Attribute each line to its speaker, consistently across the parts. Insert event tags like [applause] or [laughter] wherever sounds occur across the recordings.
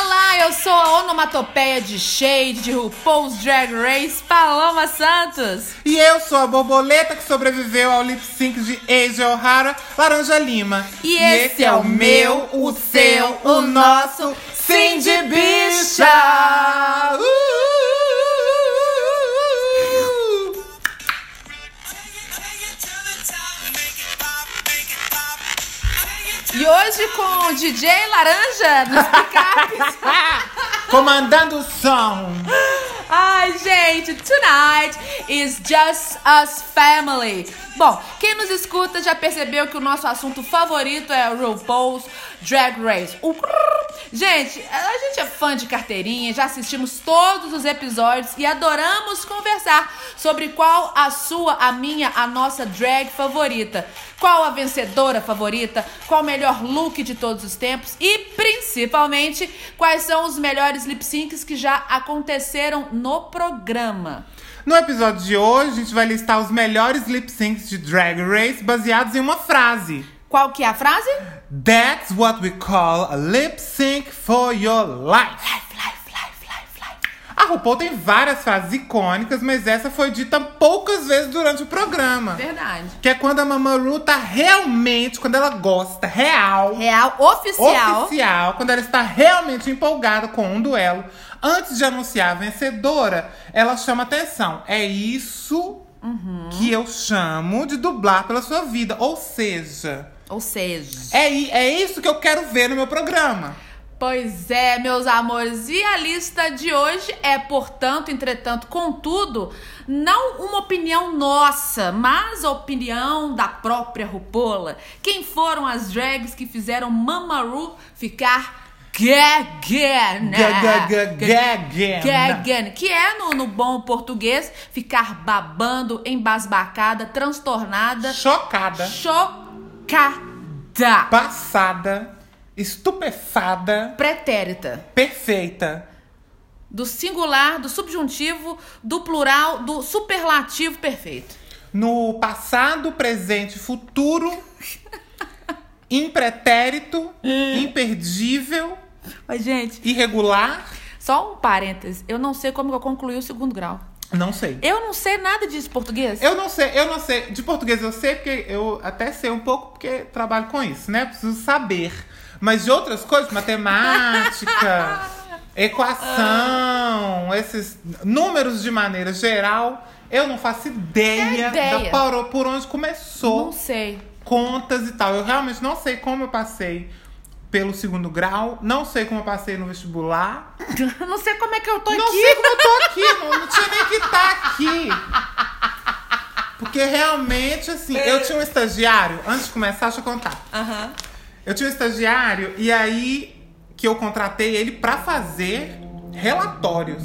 Speaker 1: Começou a onomatopeia de shade de RuPaul's Drag Race, Paloma Santos.
Speaker 2: E eu sou a borboleta que sobreviveu ao lip sync de Eiji O'Hara, Laranja Lima.
Speaker 1: E esse é o meu, o seu, o nosso Sim de Bicha.
Speaker 2: Uh, uh, uh, uh, uh.
Speaker 1: E hoje com o DJ Laranja nos picapes.
Speaker 2: Comandando o som.
Speaker 1: Ai, gente, tonight is just us family. Bom, quem nos escuta já percebeu que o nosso assunto favorito é o RuPaul's Drag Race. O [laughs] Gente, a gente é fã de carteirinha, já assistimos todos os episódios e adoramos conversar sobre qual a sua, a minha, a nossa drag favorita. Qual a vencedora favorita, qual o melhor look de todos os tempos e, principalmente, quais são os melhores lip syncs que já aconteceram no programa.
Speaker 2: No episódio de hoje, a gente vai listar os melhores lip syncs de Drag Race baseados em uma frase.
Speaker 1: Qual que é a frase?
Speaker 2: That's what we call a lip sync for your life.
Speaker 1: Life, life, life, life, life.
Speaker 2: A RuPaul tem várias frases icônicas, mas essa foi dita poucas vezes durante o programa.
Speaker 1: Verdade.
Speaker 2: Que é quando a Mama Ru tá realmente, quando ela gosta, real,
Speaker 1: Real, oficial.
Speaker 2: oficial, quando ela está realmente empolgada com um duelo. Antes de anunciar a vencedora, ela chama atenção. É isso que eu chamo de dublar pela sua vida. Ou seja,
Speaker 1: Ou seja.
Speaker 2: é, i- é isso que eu quero ver no meu programa.
Speaker 1: Pois é, meus amores, e a lista de hoje é, portanto, entretanto, contudo, não uma opinião nossa, mas a opinião da própria Rupola. Quem foram as drags que fizeram Mamaru ficar gagana?
Speaker 2: Gagagagagana.
Speaker 1: Gagan, que é no, no bom português ficar babando, embasbacada, transtornada,
Speaker 2: Chocada,
Speaker 1: chocada,
Speaker 2: passada, estupefada,
Speaker 1: pretérita.
Speaker 2: perfeita.
Speaker 1: do singular, do subjuntivo, do plural, do superlativo perfeito.
Speaker 2: No passado, presente,
Speaker 1: [laughs]
Speaker 2: futuro, impretérito,
Speaker 1: Hum.
Speaker 2: imperdível,
Speaker 1: Mas, gente,
Speaker 2: irregular,
Speaker 1: só um parêntese. Eu não sei como eu concluí o segundo grau.
Speaker 2: não sei.
Speaker 1: Eu não sei nada disso em português.
Speaker 2: Eu não sei, eu não sei. De português eu sei, porque eu até sei um pouco, porque trabalho com isso, né? Preciso saber. Mas de outras coisas, matemática,
Speaker 1: [laughs]
Speaker 2: equação,
Speaker 1: Ah.
Speaker 2: esses números de maneira geral, eu não faço ideia,
Speaker 1: ideia.
Speaker 2: da por, por onde começou
Speaker 1: não sei. [laughs]
Speaker 2: contas e tal. Eu realmente não sei como eu passei pelo segundo grau, não sei como eu passei no vestibular.
Speaker 1: não sei como é que eu tô
Speaker 2: Não
Speaker 1: aqui.
Speaker 2: sei como eu tô aqui, não, não tinha nem que estar aqui. Porque realmente, assim,
Speaker 1: É.
Speaker 2: eu tinha um estagiário, antes de começar, deixa eu contar.
Speaker 1: Aham.
Speaker 2: Eu tinha um estagiário e aí que eu contratei ele pra fazer relatórios.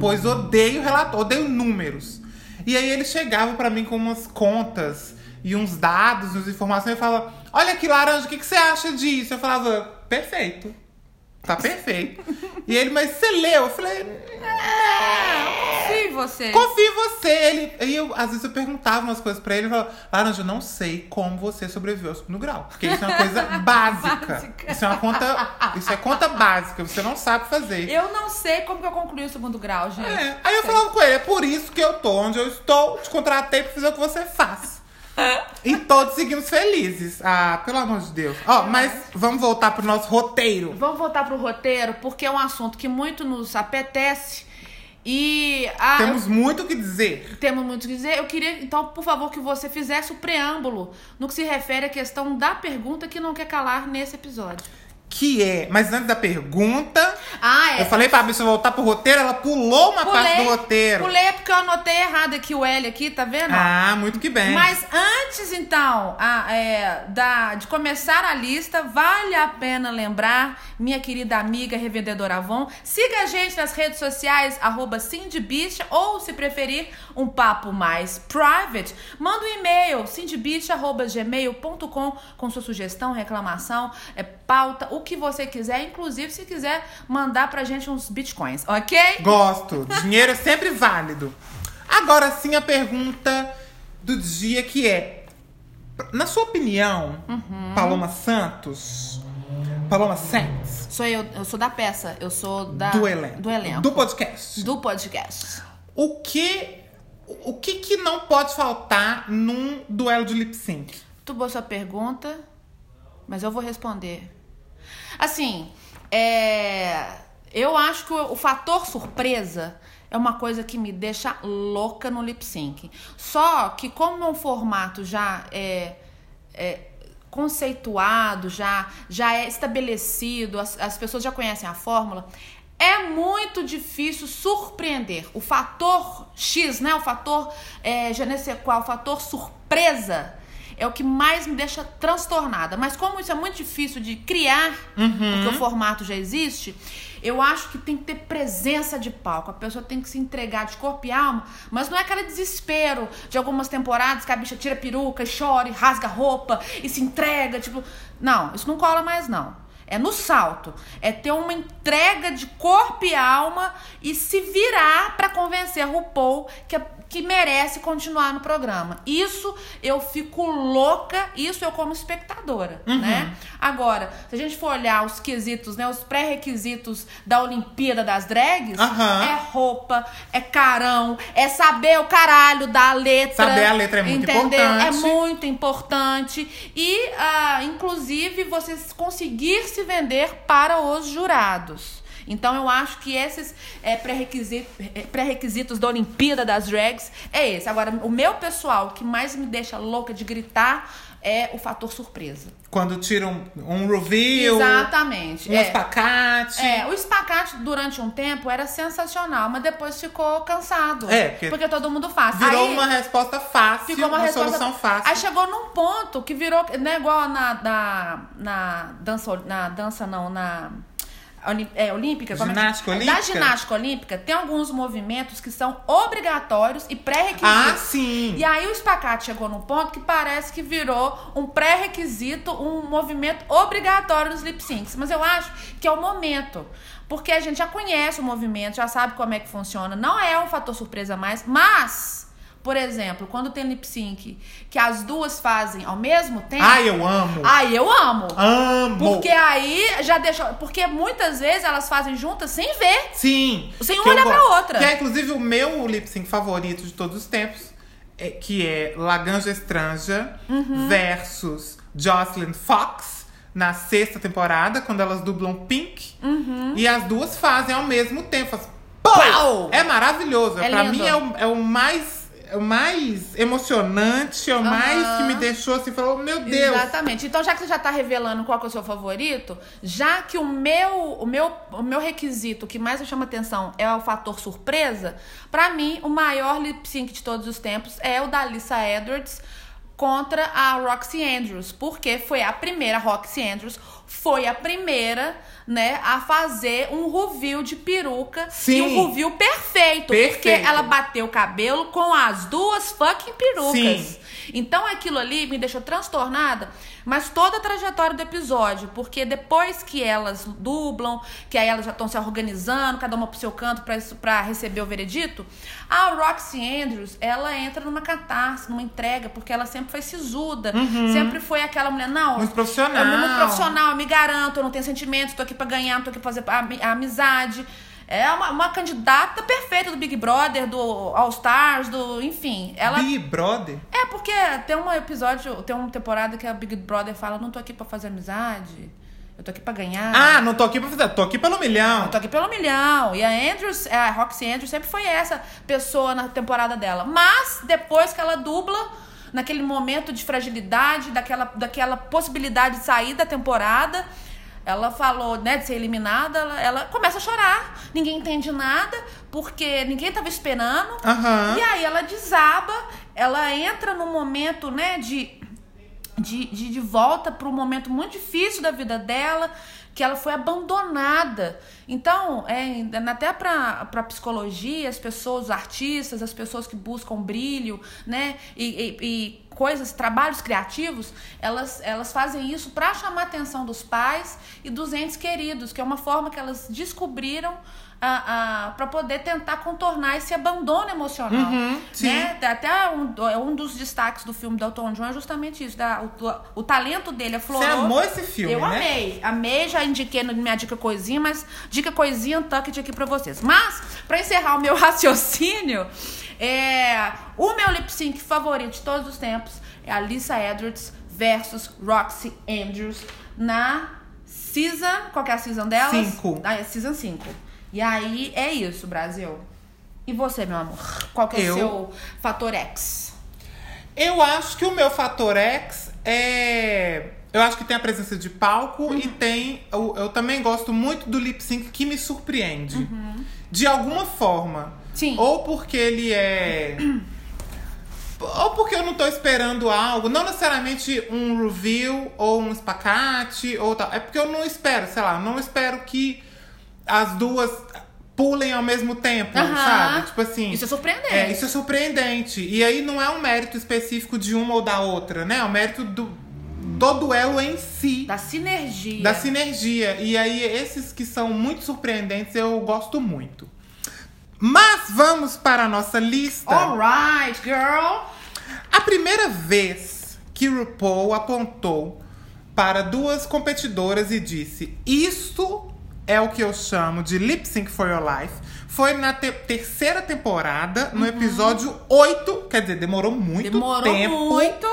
Speaker 2: Pois odeio relatório, odeio números. E aí ele chegava pra mim com umas contas e uns dados, umas informações e falava: "Olha aqui, laranja, o que, que você acha disso?" Eu falava: "Perfeito. Tá perfeito". e ele: "Mas você leu?" Eu falei:
Speaker 1: Sim, você.
Speaker 2: Confio em você. Ele, e eu, às vezes eu perguntava umas coisas pra ele e falava: Laranja, eu não sei como você sobreviveu ao segundo grau. Porque isso é uma coisa básica.
Speaker 1: Básica.
Speaker 2: Isso é uma conta. Isso é conta básica, você não sabe fazer.
Speaker 1: Eu não sei como que eu concluí o segundo grau, gente.
Speaker 2: É. Aí eu falava com ele, é por isso que eu tô onde eu estou, te contratei pra fazer o que você faz. e todos seguimos felizes. Ah, pelo amor de Deus. Ó, mas vamos voltar pro nosso roteiro.
Speaker 1: Vamos voltar pro roteiro, porque é um assunto que muito nos apetece. E ah, eu
Speaker 2: Temos muito o que dizer.
Speaker 1: Temos muito o que dizer. Eu queria, então, por favor, que você fizesse o preâmbulo no que se refere à questão da pergunta que não quer calar nesse episódio.
Speaker 2: Que é, mas antes da pergunta,
Speaker 1: Ah, é.
Speaker 2: Eu falei pra bicha voltar pro roteiro, ela pulou uma parte do roteiro.
Speaker 1: Pulei é porque eu anotei errado aqui o L aqui, tá vendo?
Speaker 2: Ah, muito que bem.
Speaker 1: Mas antes, então, a- é, da- de começar a lista, vale a pena lembrar, minha querida amiga revendedora Avon, siga a gente nas redes sociais, arroba cindybicha, ou, se preferir, um papo mais private, manda um e-mail, cindybicha.gmail.com, com sua sugestão, reclamação, é, pauta, o que você quiser, inclusive se quiser mandar pra gente uns bitcoins, ok?
Speaker 2: Gosto. Dinheiro é sempre válido. Agora sim a pergunta do dia
Speaker 1: Uhum.
Speaker 2: que é: Na sua opinião, Paloma Santos, Paloma Sands.
Speaker 1: Sou eu, eu sou da peça, eu sou da
Speaker 2: do elenco.
Speaker 1: Ah, do elenco,
Speaker 2: Do podcast.
Speaker 1: do podcast.
Speaker 2: O que... O que que não pode faltar num duelo de lip sync?
Speaker 1: Tu boa sua pergunta, mas eu vou responder. Assim, é, eu acho que o fator surpresa é uma coisa que me deixa louca no lip sync. Só que como é um formato já é, é conceituado, já, já é estabelecido, as, as pessoas já conhecem a fórmula, é muito difícil surpreender. O fator X, né? O fator é, je ne sais quoi, o fator surpresa é o que mais me deixa transtornada. Mas como isso é muito difícil de criar, porque o formato já existe, eu acho que tem que ter presença de palco. A pessoa tem que se entregar de corpo e alma, mas não é aquele desespero de algumas temporadas que a bicha tira a peruca, e chora, e rasga a roupa e se entrega, tipo, não, isso não cola mais não. É no salto. É ter uma entrega de corpo e alma e se virar pra convencer a RuPaul que, que merece continuar no programa. Isso eu fico louca, isso eu como espectadora, né? Agora, se a gente for olhar os quesitos, né, os pré-requisitos da Olimpíada das Drags,
Speaker 2: Aham.
Speaker 1: é roupa, é carão, é saber o caralho da letra.
Speaker 2: Saber a letra é muito
Speaker 1: entendeu? É
Speaker 2: importante.
Speaker 1: muito muito importante e, ah, inclusive, você conseguir se vender para os jurados. Então, eu acho que esses é, pré-requisi- eh, pré-requisitos da Olimpíada das Drags é esse. Agora, o meu pessoal que mais me deixa louca de gritar é o fator surpresa.
Speaker 2: Quando tira um, um reveal,
Speaker 1: Exatamente.
Speaker 2: um
Speaker 1: é.
Speaker 2: espacate.
Speaker 1: É, o espacate durante um tempo era sensacional, mas depois ficou cansado.
Speaker 2: É, porque-
Speaker 1: todo mundo faz.
Speaker 2: Virou
Speaker 1: Aí-
Speaker 2: uma resposta fácil,
Speaker 1: Ficou uma,
Speaker 2: uma,
Speaker 1: resposta...
Speaker 2: solução fácil.
Speaker 1: Aí chegou num ponto que virou, né, igual na, na, na dança, na dança não, na Olim- é, olímpica, como é que-
Speaker 2: Ginástica
Speaker 1: Da
Speaker 2: olímpica?
Speaker 1: ginástica olímpica, tem alguns movimentos que são obrigatórios e pré-requisitos.
Speaker 2: Ah, sim.
Speaker 1: E aí o espacate chegou num ponto que parece que virou um pré-requisito, um movimento obrigatório nos lip syncs. Mas eu acho que é o momento. Porque a gente já conhece o movimento, já sabe como é que funciona. Não é um fator surpresa mais, mas, por exemplo, quando tem lip sync que as duas fazem ao mesmo tempo.
Speaker 2: Ai, eu amo.
Speaker 1: Ai, eu amo!
Speaker 2: Amo.
Speaker 1: Porque aí já deixa. Porque muitas vezes elas fazem juntas sem ver.
Speaker 2: Sim.
Speaker 1: Sem
Speaker 2: que
Speaker 1: uma
Speaker 2: eu
Speaker 1: olhar pra
Speaker 2: gosto.
Speaker 1: outra.
Speaker 2: Que é, inclusive, o meu lip sync favorito de todos os tempos, é, que é Laganja Estranja
Speaker 1: Uhum.
Speaker 2: versus Jocelyn Fox, na sexta temporada, quando elas dublam Pink.
Speaker 1: Uhum.
Speaker 2: E as duas fazem ao mesmo tempo. Faz
Speaker 1: Pau!
Speaker 2: É maravilhoso.
Speaker 1: É
Speaker 2: pra
Speaker 1: lindo.
Speaker 2: mim é o, é o mais. é o mais emocionante, é o mais que me deixou assim, falou, meu Deus,
Speaker 1: Exatamente. Então, já que você já tá revelando qual que é o seu favorito, já que o meu, o meu, o meu requisito que mais me chama atenção é o fator surpresa, pra mim, o maior lip sync de todos os tempos é o da Lisa Edwards contra a Roxy Andrews, porque foi a primeira, a Roxy Andrews foi a primeira, né, a fazer um review de peruca e
Speaker 2: Sim.
Speaker 1: um review perfeito, porque
Speaker 2: Perfeito.
Speaker 1: ela bateu o cabelo com as duas fucking perucas.
Speaker 2: Sim.
Speaker 1: Então aquilo ali me deixou transtornada, mas toda a trajetória do episódio, porque depois que elas dublam, que aí elas já estão se organizando, cada uma pro seu canto pra isso- pra receber o veredito, a Roxy Andrews, ela entra numa catarse, numa entrega, porque ela sempre foi sisuda, sempre foi aquela mulher, não,
Speaker 2: Muito profissional.
Speaker 1: eu sou É muito profissional, eu me garanto, eu não tenho sentimentos, tô aqui pra ganhar, não tô aqui pra fazer ami- amizade. É uma, uma candidata perfeita do Big Brother, do All Stars, do. Enfim. Ela
Speaker 2: Big Brother.
Speaker 1: é, porque tem um episódio, tem uma temporada que a Big Brother fala, não tô aqui pra fazer amizade, eu tô aqui pra ganhar.
Speaker 2: Ah, não tô aqui pra fazer, tô aqui pelo milhão.
Speaker 1: Eu tô aqui pelo milhão. E a Andrews, é, a Roxy Andrews sempre foi essa pessoa na temporada dela. Mas depois que ela dubla, naquele momento de fragilidade, daquela, daquela possibilidade de sair da temporada, ela falou, né, de ser eliminada, ela, ela começa a chorar. Ninguém entende nada, porque ninguém tava esperando.
Speaker 2: Aham.
Speaker 1: E aí ela desaba, ela entra num momento, né, de de, de, de volta para um momento muito difícil da vida dela, que ela foi abandonada. Então, é, até para a psicologia, as pessoas, os artistas, as pessoas que buscam brilho, né? E, e- e coisas, trabalhos criativos, elas, elas fazem isso para chamar a atenção dos pais e dos entes queridos, que é uma forma que elas descobriram para poder tentar contornar esse abandono emocional.
Speaker 2: Uhum,
Speaker 1: né? Até um, um dos destaques do filme do Elton John é justamente isso, da, o, o talento dele aflorou.
Speaker 2: Você amou esse filme,
Speaker 1: Eu
Speaker 2: né?
Speaker 1: amei, amei, já indiquei na minha dica coisinha, mas dica coisinha, um tucket aqui pra vocês. Mas, pra encerrar o meu [laughs] raciocínio, é, o meu lip sync favorito de todos os tempos é a Lisa Edwards versus Roxy Andrews na season, qual que é a season delas?
Speaker 2: Cinco.
Speaker 1: Ah, é season 5. E aí, é isso, Brasil. E você, meu amor? Qual que é
Speaker 2: Eu?
Speaker 1: o seu fator X?
Speaker 2: Eu acho que o meu fator X é. Eu acho que tem a presença de palco e
Speaker 1: Uhum.
Speaker 2: tem. Eu, eu também gosto muito do lip sync que me surpreende. De alguma forma.
Speaker 1: Uhum. Sim.
Speaker 2: Ou porque ele é. [clears throat] Ou porque eu não tô esperando algo, não necessariamente um review ou um espacate ou tal. É porque eu não espero, sei lá, não espero que as duas pulem ao mesmo tempo,
Speaker 1: Aham.
Speaker 2: sabe? Tipo assim.
Speaker 1: Isso é surpreendente.
Speaker 2: É, isso é surpreendente. E aí não é um mérito específico de uma ou da outra, né? É um mérito do, do duelo em si,
Speaker 1: Da sinergia.
Speaker 2: da sinergia. E aí esses que são muito surpreendentes eu gosto muito. Mas vamos para a nossa lista.
Speaker 1: Alright, girl.
Speaker 2: A primeira vez que RuPaul apontou para duas competidoras e disse: Isso é o que eu chamo de Lip Sync for Your Life. Foi na te- terceira temporada, no episódio 8. Quer dizer, demorou muito
Speaker 1: Uhum. Demorou
Speaker 2: tempo.
Speaker 1: muito.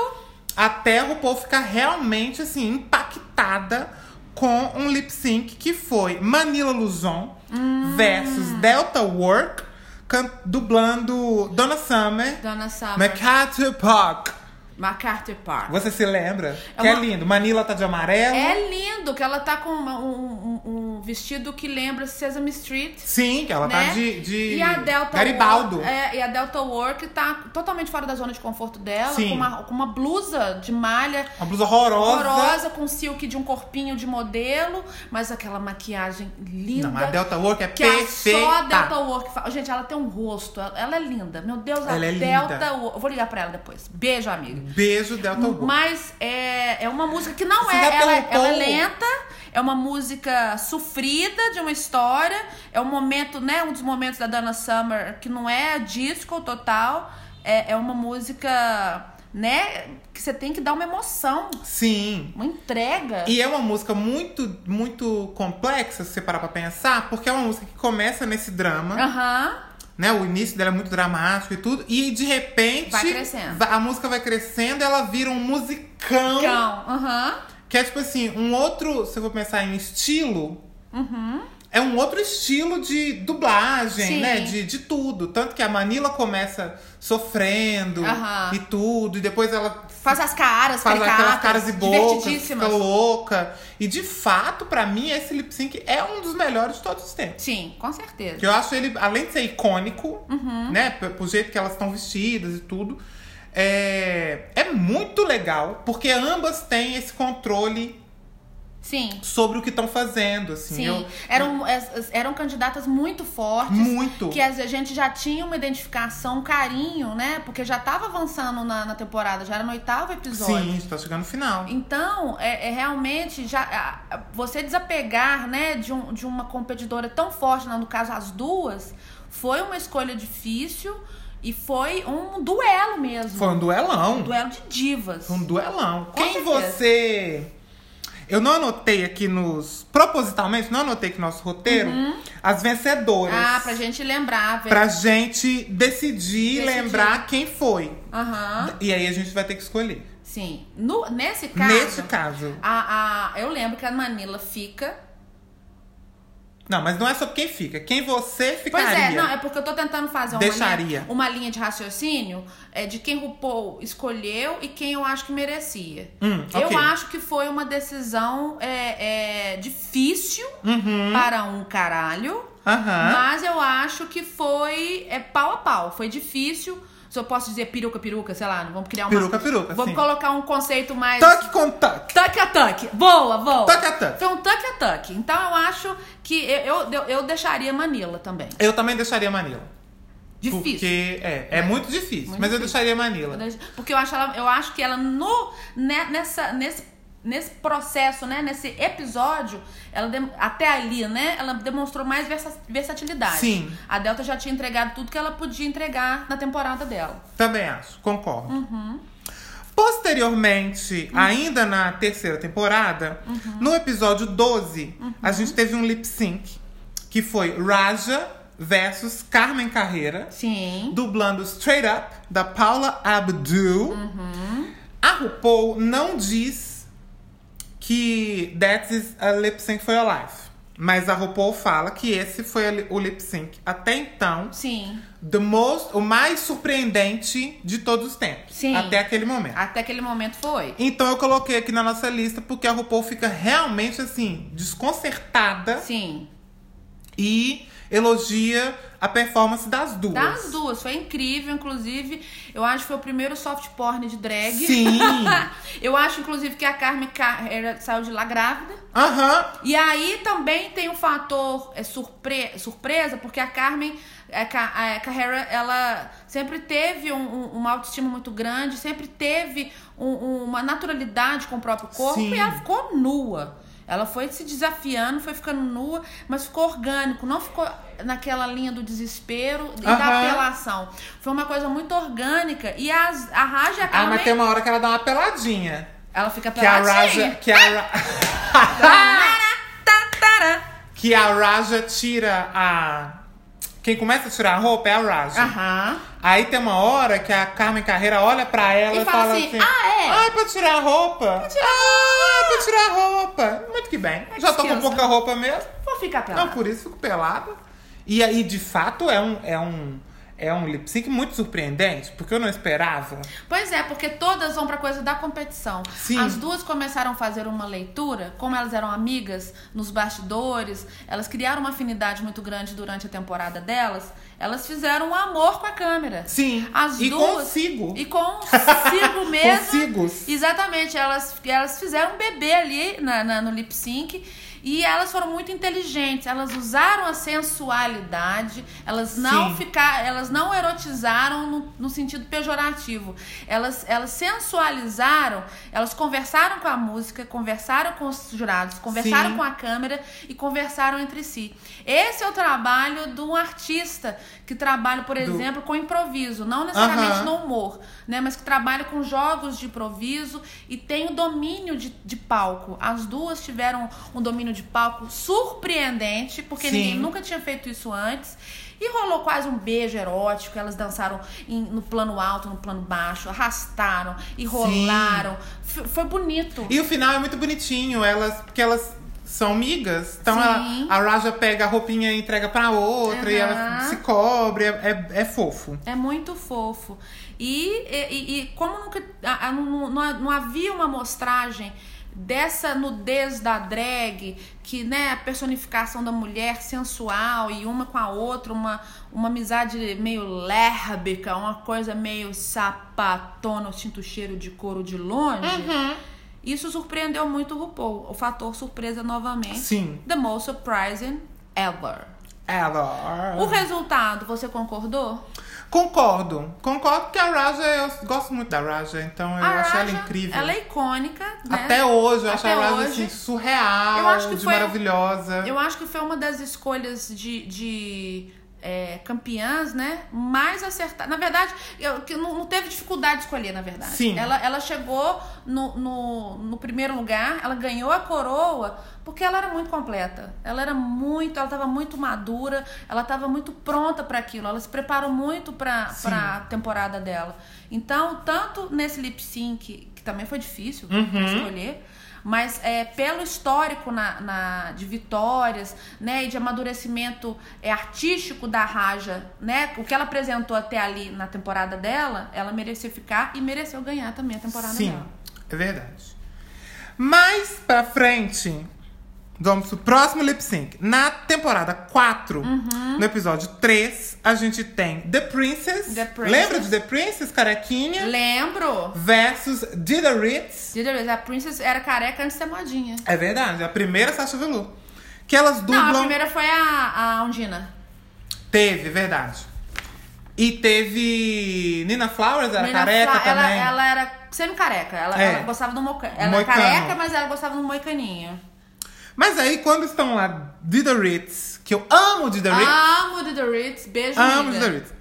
Speaker 2: Até a RuPaul ficar realmente, assim, impactada com um lip sync que foi Manila Luzon
Speaker 1: Hum.
Speaker 2: versus Delta Work, can- dublando Donna Summer.
Speaker 1: Dona Summer.
Speaker 2: MacArthur Park.
Speaker 1: MacArthur Park.
Speaker 2: Você se lembra?
Speaker 1: É
Speaker 2: que é
Speaker 1: uma-
Speaker 2: lindo. Manila tá de amarelo.
Speaker 1: É lindo que ela tá com uma- um, um- um vestido que lembra Sesame Street.
Speaker 2: Sim, que ela
Speaker 1: né?
Speaker 2: tá de, de
Speaker 1: e a Delta
Speaker 2: Garibaldo.
Speaker 1: Work, é, e a Delta Work tá totalmente fora da zona de conforto dela,
Speaker 2: Sim.
Speaker 1: com uma, com uma blusa de malha
Speaker 2: Uma blusa horrorosa.
Speaker 1: horrorosa, com silk de um corpinho de modelo, mas aquela maquiagem linda.
Speaker 2: Não, a Delta Work é
Speaker 1: Que é
Speaker 2: perfeita.
Speaker 1: só a Delta Work. fa- Gente, ela tem um rosto. Ela, ela é linda. Meu Deus, a
Speaker 2: Ela é
Speaker 1: Delta
Speaker 2: linda.
Speaker 1: Work. Eu vou ligar pra ela depois. Beijo, amiga.
Speaker 2: Beijo, Delta Work.
Speaker 1: Mas é, é uma música que não
Speaker 2: Você
Speaker 1: é
Speaker 2: já
Speaker 1: ela,
Speaker 2: perguntou?
Speaker 1: ela é lenta, é uma música sofrida de uma história, é um momento, né, um dos momentos da Dana Summer que não é disco total, é, é uma música, né, que você tem que dar uma emoção,
Speaker 2: Sim.
Speaker 1: uma entrega.
Speaker 2: E é uma música muito, muito complexa, se você parar pra pensar, porque é uma música que começa nesse
Speaker 1: Ah.
Speaker 2: drama,
Speaker 1: Aham.
Speaker 2: né? O início dela é muito dramático e tudo. E de repente.
Speaker 1: Vai crescendo.
Speaker 2: A música vai crescendo, ela vira um musicão.
Speaker 1: Cão. Aham.
Speaker 2: Que é tipo assim, um outro. Se eu for pensar em estilo.
Speaker 1: Uhum.
Speaker 2: É um outro estilo de dublagem,
Speaker 1: Sim.
Speaker 2: né? De, de tudo. Tanto que a Manila começa sofrendo
Speaker 1: Aham.
Speaker 2: e tudo. E depois ela
Speaker 1: Faz as caras,
Speaker 2: faz aquelas
Speaker 1: caricatas,
Speaker 2: caras e bocas, fica
Speaker 1: divertidíssimas.
Speaker 2: louca. E de fato, pra mim, esse lip sync é um dos melhores de todos os tempos.
Speaker 1: Sim, com certeza.
Speaker 2: Que eu acho ele, além de ser icônico,
Speaker 1: Uhum.
Speaker 2: né? p- Pro jeito que elas estão vestidas e tudo. É, é muito legal, porque ambas têm esse controle
Speaker 1: Sim.
Speaker 2: sobre o que estão fazendo, assim.
Speaker 1: Sim,
Speaker 2: Eu,
Speaker 1: eram, es- eram candidatas muito fortes.
Speaker 2: Muito.
Speaker 1: Que a gente já tinha uma identificação, um carinho, né? Porque já tava avançando na, na temporada, já era no oitavo episódio.
Speaker 2: sim, está chegando no final.
Speaker 1: Então, é, é realmente já a- a- você desapegar, né, de, um- de uma competidora tão forte, né, no caso as duas, foi uma escolha difícil e foi um duelo mesmo.
Speaker 2: Foi um duelão.
Speaker 1: Um duelo de divas.
Speaker 2: Foi um duelão.
Speaker 1: Com
Speaker 2: Quem
Speaker 1: certeza.
Speaker 2: você. Eu não anotei aqui nos. Propositalmente, não anotei aqui no nosso roteiro as vencedoras.
Speaker 1: Uhum. Ah, pra gente lembrar, velho.
Speaker 2: Pra gente decidir,
Speaker 1: Decidir.
Speaker 2: lembrar quem foi.
Speaker 1: Aham.
Speaker 2: E aí a gente vai ter que escolher.
Speaker 1: Sim. No, nesse caso.
Speaker 2: Nesse caso.
Speaker 1: A, a- eu lembro que a Manila fica.
Speaker 2: Não, mas não é sobre quem fica. Quem você
Speaker 1: Pois
Speaker 2: ficaria.
Speaker 1: é, não, é porque eu tô tentando fazer uma,
Speaker 2: Deixaria.
Speaker 1: linha, uma linha de raciocínio é, de quem RuPaul escolheu e quem eu acho que merecia.
Speaker 2: Hum, ok.
Speaker 1: Eu acho que foi uma decisão é, é, difícil para um caralho,
Speaker 2: Uhum. Aham.
Speaker 1: mas eu acho que foi é, pau a pau. Foi difícil. Se eu posso dizer peruca, peruca, sei lá, vamos criar uma.
Speaker 2: Peruca, peruca,
Speaker 1: Vamos
Speaker 2: sim.
Speaker 1: colocar um conceito mais.
Speaker 2: Tuck com tuck.
Speaker 1: Tuck a tuck. Boa, boa.
Speaker 2: Tuck a tuck.
Speaker 1: Foi um tuck a tuck. Então eu acho que eu, eu, eu deixaria Manila também.
Speaker 2: Eu também deixaria a Manila.
Speaker 1: Difícil.
Speaker 2: Porque é, é muito difícil. mas eu deixaria Manila.
Speaker 1: Porque eu acho, ela, eu acho que ela no, né, nessa, nesse, nesse processo, né? Nesse episódio, ela dem- até ali, né? Ela demonstrou mais versa- versatilidade.
Speaker 2: Sim.
Speaker 1: A Delta já tinha entregado tudo que ela podia entregar na temporada dela.
Speaker 2: Também acho, concordo. Posteriormente, ainda na terceira temporada, no episódio 12, a gente teve um lip sync que foi Raja versus Carmen Carreira,
Speaker 1: Sim.
Speaker 2: dublando Straight Up da Paula Abdul. A RuPaul não diz que That is a lip sync for your life. Mas a RuPaul fala que esse foi a li- o lip sync até então
Speaker 1: Sim.
Speaker 2: The most, o mais surpreendente de todos os tempos.
Speaker 1: Sim.
Speaker 2: Até aquele momento.
Speaker 1: Até aquele momento foi.
Speaker 2: Então eu coloquei aqui na nossa lista porque a RuPaul fica realmente assim, desconcertada
Speaker 1: Sim.
Speaker 2: e elogia a performance das duas.
Speaker 1: Das duas, foi incrível, inclusive. Eu acho que foi o primeiro soft porn de drag.
Speaker 2: Sim.
Speaker 1: [laughs] eu acho, inclusive, que a Carmen Carreira saiu de lá grávida.
Speaker 2: Aham.
Speaker 1: E aí também tem um fator é, surpre- surpresa, porque a Carmen é, Ca- é, Carrera, ela sempre teve um- um- uma autoestima muito grande, sempre teve um- um- uma naturalidade com o próprio corpo
Speaker 2: Sim.
Speaker 1: e ela ficou nua. Ela foi se desafiando, foi ficando nua, mas ficou orgânico, não ficou naquela linha do desespero e da
Speaker 2: Aham.
Speaker 1: apelação. Foi uma coisa muito orgânica. E as, a Raja e a
Speaker 2: Ah,
Speaker 1: Carmen,
Speaker 2: mas tem uma hora que ela dá uma peladinha.
Speaker 1: ela fica
Speaker 2: Que a
Speaker 1: peladinha.
Speaker 2: Raja. [laughs] Que a, Ra- [laughs]
Speaker 1: Tá, tará.
Speaker 2: que a Raja tira a. Quem começa a tirar a roupa é a Raja.
Speaker 1: Aham.
Speaker 2: Aí tem uma hora que a Carmen Carreira olha pra ela
Speaker 1: E
Speaker 2: e,
Speaker 1: fala
Speaker 2: fala,
Speaker 1: assim,
Speaker 2: assim,
Speaker 1: "Ah, é?"
Speaker 2: Ah, é pra tirar a roupa. Pra tirar ah, é pra tirar a roupa. Muito que bem.
Speaker 1: É
Speaker 2: Já tô com
Speaker 1: Excusa.
Speaker 2: pouca roupa mesmo.
Speaker 1: Vou ficar pelada.
Speaker 2: Não, por isso fico pelada. E aí, de fato, é um, é um, é um lip sync muito surpreendente, porque eu não esperava.
Speaker 1: Pois é, porque todas vão pra coisa da competição.
Speaker 2: Sim.
Speaker 1: As duas começaram a fazer uma leitura, como elas eram amigas nos bastidores, elas criaram uma afinidade muito grande durante a temporada delas, elas fizeram um amor com a câmera.
Speaker 2: Sim.
Speaker 1: As
Speaker 2: e
Speaker 1: duas.
Speaker 2: consigo.
Speaker 1: E
Speaker 2: [laughs]
Speaker 1: consigo mesmo.
Speaker 2: Consigo.
Speaker 1: Exatamente. Elas, elas fizeram um bebê ali na, na- no lip sync. E elas foram muito inteligentes. Elas usaram a sensualidade. Elas não
Speaker 2: Sim.
Speaker 1: ficar, elas não erotizaram no, no sentido pejorativo. Elas, elas sensualizaram. Elas conversaram com a música, conversaram com os jurados, conversaram
Speaker 2: Sim.
Speaker 1: com a câmera e conversaram entre si. Esse é o trabalho de um artista que trabalha, por exemplo, com improviso, não necessariamente
Speaker 2: Aham.
Speaker 1: no humor, né? Mas que trabalha com jogos de improviso e tem o domínio de, de palco. As duas tiveram um domínio de palco surpreendente, porque
Speaker 2: Sim.
Speaker 1: ninguém nunca tinha feito isso antes. E rolou quase um beijo erótico, elas dançaram em- no plano alto, no plano baixo, arrastaram e rolaram. F- foi bonito.
Speaker 2: E o final é muito bonitinho, elas, porque elas são amigas. Então ela-
Speaker 1: Sim.
Speaker 2: a Raja pega a roupinha e entrega pra outra, e ela
Speaker 1: Aham.
Speaker 2: se cobre, é, é, é fofo.
Speaker 1: É muito fofo. E, e, e como nunca, a- a- não, não- não havia uma mostragem dessa nudez da drag, que né, a personificação da mulher sensual e uma com a outra, uma, uma amizade meio lérbica, uma coisa meio sapatona, sinto o cheiro de couro de longe. Isso surpreendeu muito o RuPaul. O fator surpresa novamente.
Speaker 2: Sim.
Speaker 1: The most surprising ever.
Speaker 2: Ela.
Speaker 1: O resultado, você concordou?
Speaker 2: Concordo. Concordo que a Raja, eu gosto muito da Raja, então eu
Speaker 1: A
Speaker 2: acho
Speaker 1: Raja,
Speaker 2: ela incrível.
Speaker 1: Ela é icônica, né?
Speaker 2: Até hoje, eu acho
Speaker 1: Até
Speaker 2: a Raja
Speaker 1: hoje.
Speaker 2: assim, surreal,
Speaker 1: Eu acho que
Speaker 2: de
Speaker 1: foi-
Speaker 2: maravilhosa.
Speaker 1: Eu acho que foi uma das escolhas de, de é, campeãs, né? Mais acertada. Na verdade, eu, que não, não teve dificuldade de escolher, na verdade.
Speaker 2: Sim.
Speaker 1: Ela, ela chegou no, no, no primeiro lugar, ela ganhou a coroa porque ela era muito completa. Ela era muito, ela tava muito madura, ela tava muito pronta para aquilo. Ela se preparou muito pra,
Speaker 2: Sim.
Speaker 1: pra temporada dela. Então, tanto nesse lip sync, que também foi difícil escolher, mas é, pelo histórico na, na- de vitórias, né, e de amadurecimento é, artístico da Raja, né, o que ela apresentou até ali na temporada dela, ela mereceu ficar e mereceu ganhar também a temporada
Speaker 2: Sim,
Speaker 1: dela.
Speaker 2: é verdade. Mais pra frente, vamos pro próximo lip sync. Na temporada 4,
Speaker 1: Uhum.
Speaker 2: no episódio 3, a gente tem The Princess.
Speaker 1: The Princess.
Speaker 2: Lembra de The Princess, carequinha?
Speaker 1: Lembro.
Speaker 2: versus Dida Ritz.
Speaker 1: A Princess era careca antes de ser modinha.
Speaker 2: É verdade, a primeira Sasha Velour. Que elas
Speaker 1: Não,
Speaker 2: dublam.
Speaker 1: a primeira foi a, a Undina.
Speaker 2: Teve, verdade. E teve Nina Flowers, era
Speaker 1: Nina
Speaker 2: careca
Speaker 1: Fla- ela,
Speaker 2: também.
Speaker 1: ela era sendo careca. Ela,
Speaker 2: É.
Speaker 1: ela gostava do moca... Ela era
Speaker 2: Moicano.
Speaker 1: careca, mas ela gostava do moicaninho.
Speaker 2: Mas aí, quando estão lá Dida Ritz, que eu amo Dida Ritz,
Speaker 1: Amo The Ritz. Beijo,
Speaker 2: amo
Speaker 1: Ah, amiga.
Speaker 2: Dida Ritz,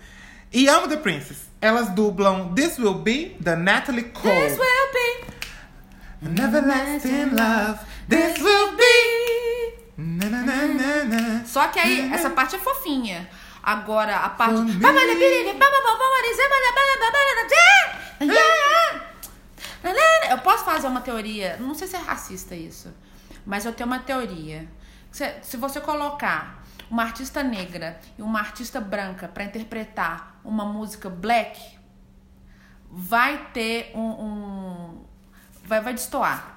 Speaker 2: e amo The Princess, elas dublam This Will Be, da Natalie Cole.
Speaker 1: This will be.
Speaker 2: An everlasting love, this will be. Na, na, na, na, na.
Speaker 1: Só que aí, essa parte é fofinha. Agora, a parte...
Speaker 2: Família.
Speaker 1: Eu posso fazer uma teoria? Não sei se é racista isso. Mas eu tenho uma teoria. Se, se você colocar uma artista negra e uma artista branca pra interpretar uma música black, vai ter um... um- vai, vai destoar.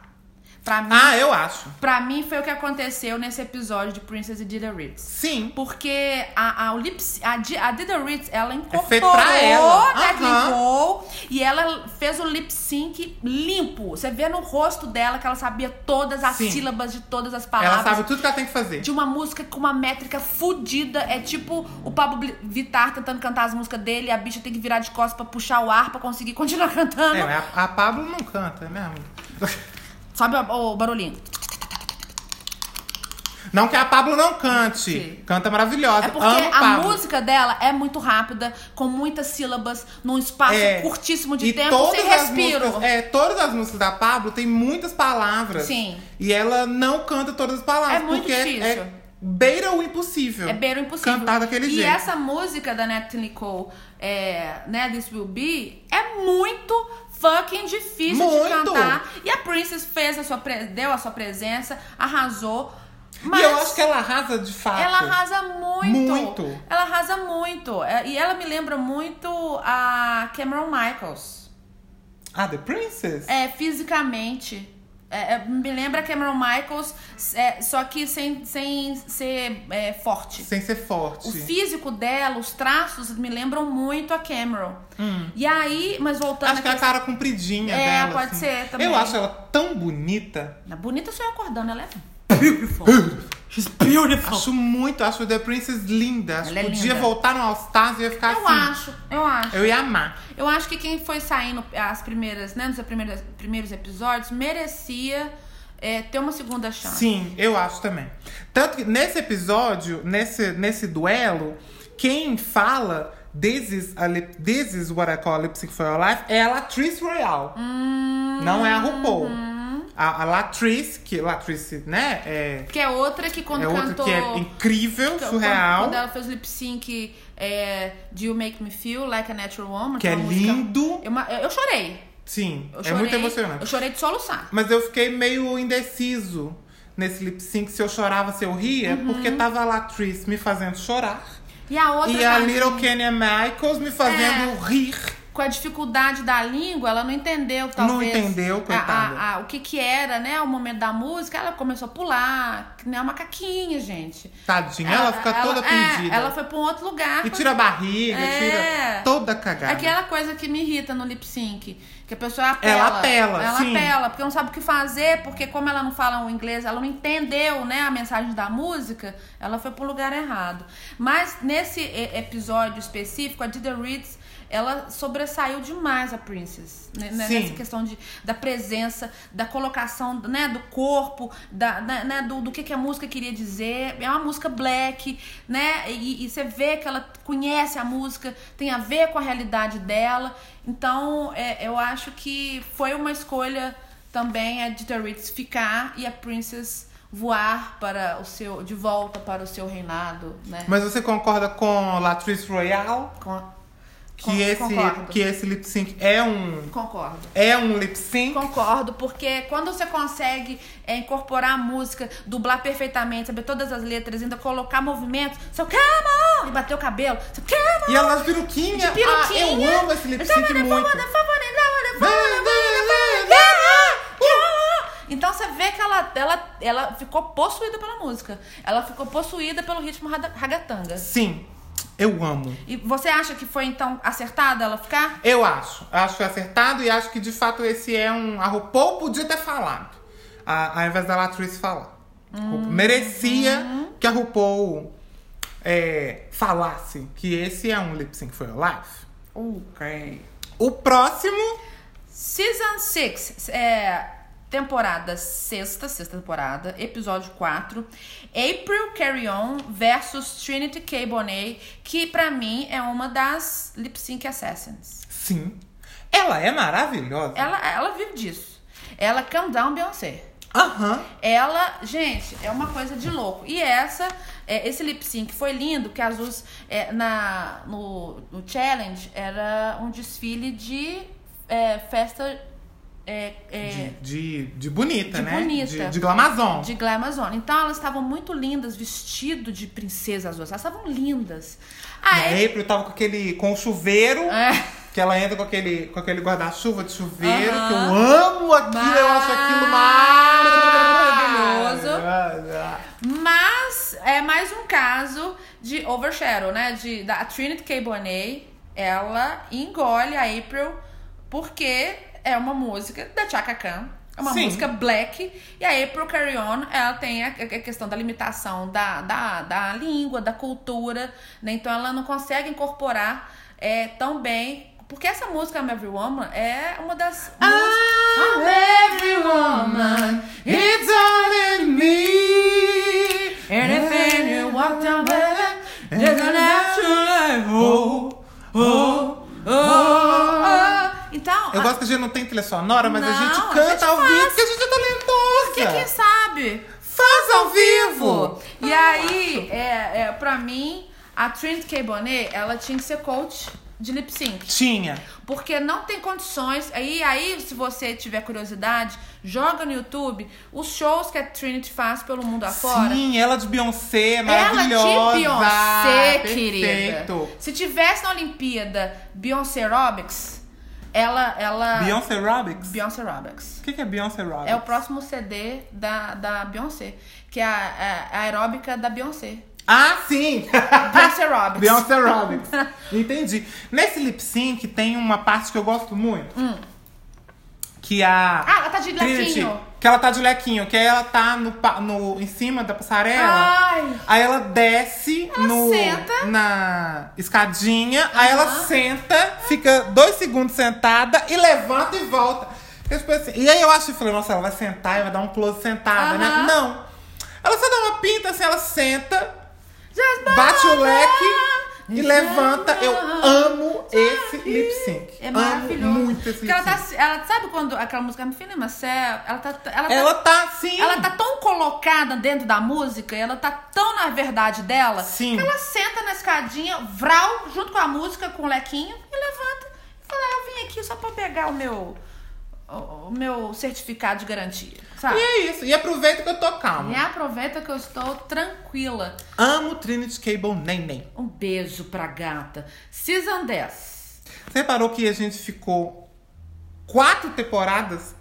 Speaker 1: Pra mim,
Speaker 2: Ah, eu acho.
Speaker 1: pra mim, foi o que aconteceu nesse episódio de Princess e Dida Ritz.
Speaker 2: Sim.
Speaker 1: Porque a, a, Lips, a, Di- a Dida Ritz, ela
Speaker 2: É feito
Speaker 1: incorporou
Speaker 2: pra ela.
Speaker 1: Natalie
Speaker 2: Aham.
Speaker 1: Cole e ela fez o lip sync limpo. Você vê no rosto dela que ela sabia todas as
Speaker 2: Sim.
Speaker 1: sílabas de todas as
Speaker 2: Ela
Speaker 1: palavras.
Speaker 2: sabe tudo que ela tem que fazer.
Speaker 1: De uma música com uma métrica fudida. É tipo o Pablo Bli- Vittar tentando cantar as músicas dele. e A bicha tem que virar de costas pra puxar o ar pra conseguir [laughs] continuar cantando.
Speaker 2: É, mas a, a Pablo não canta, né, amiga?
Speaker 1: Sabe o, o barulhinho?
Speaker 2: Não que a Pablo não cante.
Speaker 1: Sim.
Speaker 2: Canta
Speaker 1: É
Speaker 2: maravilhosa.
Speaker 1: porque
Speaker 2: Amo
Speaker 1: a
Speaker 2: Pablo.
Speaker 1: música dela é muito rápida, com muitas sílabas, num espaço
Speaker 2: É.
Speaker 1: curtíssimo de
Speaker 2: E
Speaker 1: tempo,
Speaker 2: todas
Speaker 1: sem
Speaker 2: as
Speaker 1: respiro.
Speaker 2: músicas- é, todas as músicas da Pablo tem muitas palavras.
Speaker 1: Sim.
Speaker 2: E ela não canta todas as palavras.
Speaker 1: É muito
Speaker 2: porque
Speaker 1: difícil.
Speaker 2: É beira o impossível.
Speaker 1: É beira o impossível.
Speaker 2: Cantar daquele
Speaker 1: e
Speaker 2: jeito.
Speaker 1: essa música da Natalie Cole, é, né, This Will Be, é muito fucking difícil de
Speaker 2: Muito.
Speaker 1: cantar. E a Princess fez a sua, pre- deu a sua presença, arrasou. Mas
Speaker 2: E eu acho que ela arrasa de fato.
Speaker 1: Ela arrasa muito.
Speaker 2: Muito.
Speaker 1: Ela arrasa muito. É, E ela me lembra muito a Cameron Michaels.
Speaker 2: Ah, The Princess?
Speaker 1: É, fisicamente. É, é, me lembra Cameron Michaels, é, só que sem, sem ser é, forte.
Speaker 2: Sem ser forte.
Speaker 1: O físico dela, os traços, me lembram muito a Cameron. E aí, mas voltando
Speaker 2: Hum. Acho que é a
Speaker 1: questão-
Speaker 2: cara compridinha
Speaker 1: tá É,
Speaker 2: dela.
Speaker 1: pode
Speaker 2: assim.
Speaker 1: ser também.
Speaker 2: Eu acho ela tão bonita.
Speaker 1: Bonita sou eu acordando, ela é.
Speaker 2: She's beautiful. Acho muito, acho The Princess linda. Acho
Speaker 1: Ela
Speaker 2: que
Speaker 1: é
Speaker 2: podia
Speaker 1: linda.
Speaker 2: voltar no All Stars e ia ficar
Speaker 1: Eu
Speaker 2: assim.
Speaker 1: acho, eu acho.
Speaker 2: Eu ia amar.
Speaker 1: Eu acho que quem foi saindo as primeiras, né, nos primeiros, primeiros episódios, merecia é, ter uma segunda chance.
Speaker 2: Sim, eu acho também. Tanto que nesse episódio, nesse, nesse duelo, quem fala This is, a lip, this is what I call Lipstick for Your Life é a Latrice Royal.
Speaker 1: Hum.
Speaker 2: Não é a RuPaul. A, a Latrice, que Latrice, né? É,
Speaker 1: Que é outra que quando
Speaker 2: é outra
Speaker 1: cantou.
Speaker 2: que é incrível,
Speaker 1: Então,
Speaker 2: surreal.
Speaker 1: Quando, quando ela fez o lip sync é, de You Make Me Feel Like a Natural Woman.
Speaker 2: Que é
Speaker 1: uma música-
Speaker 2: lindo.
Speaker 1: Eu, ma- eu chorei.
Speaker 2: Sim,
Speaker 1: Eu
Speaker 2: é
Speaker 1: chorei.
Speaker 2: muito emocionante.
Speaker 1: Eu chorei de soluçar.
Speaker 2: Mas eu fiquei meio indeciso nesse lip sync se eu chorava, se eu ria,
Speaker 1: Uhum.
Speaker 2: porque tava a Latrice me fazendo chorar
Speaker 1: E a outra, É.
Speaker 2: e a
Speaker 1: tadinha,
Speaker 2: Little Kenya Michaels me fazendo rir.
Speaker 1: com a dificuldade da língua, ela não entendeu, talvez.
Speaker 2: entendeu,
Speaker 1: a-
Speaker 2: coitada.
Speaker 1: a- a- o que que era, né, o momento da música. Ela começou a pular, que nem uma macaquinha, gente.
Speaker 2: Tadinha, ela, fica toda
Speaker 1: é,
Speaker 2: pendida.
Speaker 1: ela foi pra um outro lugar. foi-
Speaker 2: E tira a barriga,
Speaker 1: É.
Speaker 2: tira toda a cagada.
Speaker 1: Aquela coisa que me irrita no lip sync. Que a pessoa apela.
Speaker 2: Ela apela,
Speaker 1: Ela
Speaker 2: sim.
Speaker 1: apela, porque não sabe o que fazer, porque como ela não fala o inglês, ela não entendeu, né, a mensagem da música, ela foi pro lugar errado. Mas nesse e- episódio específico, a Dida Reeds, ela sobressaiu demais a Princess. né, né,
Speaker 2: Sim.
Speaker 1: Nessa questão de, da presença, da colocação, né, do corpo, da, da- né, do, do que, que a música queria dizer. É uma música black, né? E, e você vê que ela conhece a música, tem a ver com a realidade dela. Então, é, eu acho que foi uma escolha também a Dita Ritz ficar e a Princess voar para o seu de volta para o seu reinado, né?
Speaker 2: Mas você concorda com Latrice Royal
Speaker 1: Com a-
Speaker 2: que
Speaker 1: con-
Speaker 2: esse
Speaker 1: concordo.
Speaker 2: que esse lip sync é um
Speaker 1: Concordo.
Speaker 2: é um lip sync?
Speaker 1: Concordo, porque quando você consegue é, incorporar a música, dublar perfeitamente, saber todas as letras, ainda colocar movimentos, seu come on! E bater o cabelo, seu come on!
Speaker 2: E elas peruquinha.
Speaker 1: de peruquinha.
Speaker 2: Ah, eu amo esse lip sync muito.
Speaker 1: Então você vê que ela, ela, ela ficou possuída pela música. Ela ficou possuída pelo ritmo raga- ragatanga.
Speaker 2: Sim, eu amo.
Speaker 1: E você acha que foi então acertada ela ficar?
Speaker 2: Eu acho. Acho que é acertado e acho que de fato esse é um. A RuPaul podia ter falado.
Speaker 1: Hum.
Speaker 2: A, ao invés da Latrice falar. Merecia que a RuPaul é, falasse que esse é um lip sync for your life,
Speaker 1: Ok.
Speaker 2: o próximo
Speaker 1: Season 6, é, temporada sexta, sexta temporada, episódio 4, April Carry On versus Trinity K. Bonet, que pra mim é uma das Lip Sync Assassins.
Speaker 2: Sim. Ela é maravilhosa.
Speaker 1: Ela, ela vive disso. Ela calm down Beyoncé.
Speaker 2: Aham.
Speaker 1: Ela, gente, é uma coisa de louco. E essa, é, esse lip sync foi lindo, porque as duas, é, na, no, no challenge, era um desfile de é, festa é, é,
Speaker 2: De, de, de bonita,
Speaker 1: De
Speaker 2: né?
Speaker 1: bonita.
Speaker 2: De, de glamazon.
Speaker 1: de Glamazon. Então elas estavam muito lindas, vestido de princesa as duas. Elas estavam lindas. Ah, é
Speaker 2: A
Speaker 1: Aí,
Speaker 2: April né? tava com aquele. com o chuveiro.
Speaker 1: é,
Speaker 2: Que ela entra com aquele, com aquele guarda-chuva de chuveiro,
Speaker 1: Aham.
Speaker 2: que eu amo aquilo, eu acho aquilo maravilhoso.
Speaker 1: Mas é mais um caso de overshadow, né? De, da Trinity K. Bonet, ela engole a April porque é uma música da Chaka Khan. É uma
Speaker 2: Sim.
Speaker 1: música black. E a April Carry On, ela tem a, a questão da limitação da, da, da língua, da cultura, né? Então ela não consegue incorporar é, tão bem. Porque essa música, I'm Every Woman, é uma das.
Speaker 2: Ah, I'm every woman, it's all in me.
Speaker 1: Anything you want to be, you're gonna have to let go.
Speaker 2: oh,
Speaker 1: Oh, oh. Então,
Speaker 2: Eu
Speaker 1: a-
Speaker 2: gosto que a gente não tem trilha sonora, mas a
Speaker 1: Não,
Speaker 2: gente
Speaker 1: a
Speaker 2: canta
Speaker 1: gente
Speaker 2: ao vivo
Speaker 1: faz.
Speaker 2: porque a gente é talentosa.
Speaker 1: porque ah, quem sabe?
Speaker 2: Faz ao vivo!
Speaker 1: Pô, E aí, é, é, pra mim, a Trinity K. Bonet, ela tinha que ser coach de lip sync.
Speaker 2: Tinha.
Speaker 1: Porque não tem condições. Aí, aí, se você tiver curiosidade, joga no YouTube os shows que a Trinity faz pelo mundo afora.
Speaker 2: Sim, ela de Beyoncé,
Speaker 1: Ela
Speaker 2: maravilhosa. Ah,
Speaker 1: de Beyoncé, querida.
Speaker 2: Perfeito.
Speaker 1: Se tivesse na Olimpíada Beyoncé Robics, ela. ela...
Speaker 2: Beyoncé Robics?
Speaker 1: Beyoncé Robics.
Speaker 2: O que que é Beyoncé Robics?
Speaker 1: Ah. É o próximo CD da, da Beyoncé, que é a, a- a aeróbica da Beyoncé.
Speaker 2: Ah,
Speaker 1: [laughs]
Speaker 2: sim!
Speaker 1: Beyoncé Robics. [laughs]
Speaker 2: Beyoncé Robics.
Speaker 1: Ah,
Speaker 2: Entendi. Nesse lip sync tem uma parte que eu gosto muito. Que é a.
Speaker 1: Hum. Ah, ela tá de lequinho.
Speaker 2: Que ela tá de lequinho, que aí ela tá no, pa- no, em cima da passarela.
Speaker 1: Ai!
Speaker 2: Aí ela desce
Speaker 1: Ela
Speaker 2: no,
Speaker 1: senta.
Speaker 2: na escadinha, aí ela senta, fica dois segundos sentada e levanta e volta. Eu, tipo assim, e aí eu acho, eu falei, nossa, ela vai sentar e vai dar um close sentada, né?
Speaker 1: Aham.
Speaker 2: Não. Ela só dá uma pinta assim, ela senta,
Speaker 1: Just
Speaker 2: bate o
Speaker 1: bother.
Speaker 2: leque e levanta. Eu amo esse lip sync.
Speaker 1: É
Speaker 2: amo
Speaker 1: maravilhoso.
Speaker 2: muito esse
Speaker 1: Porque
Speaker 2: lip
Speaker 1: ela tá.
Speaker 2: sync.
Speaker 1: Ela sabe quando aquela música me filha, mas é- ela tá. Ela tá
Speaker 2: Ela tá assim.
Speaker 1: Ela tá tão colocada dentro da música, ela tá tão na verdade dela,
Speaker 2: Sim.
Speaker 1: que ela senta na escadinha, vral, junto com a música, com o lequinho, e levanta e fala: "Ah, Eu vim aqui só pra pegar o meu, o, o meu certificado de garantia,
Speaker 2: E
Speaker 1: sabe?
Speaker 2: é isso. E aproveita que eu tô calma.
Speaker 1: E aproveita que eu estou tranquila.
Speaker 2: Amo Trinity Cable Neném.
Speaker 1: Um beijo pra gata. Season 10.
Speaker 2: Você reparou que a gente ficou quatro temporadas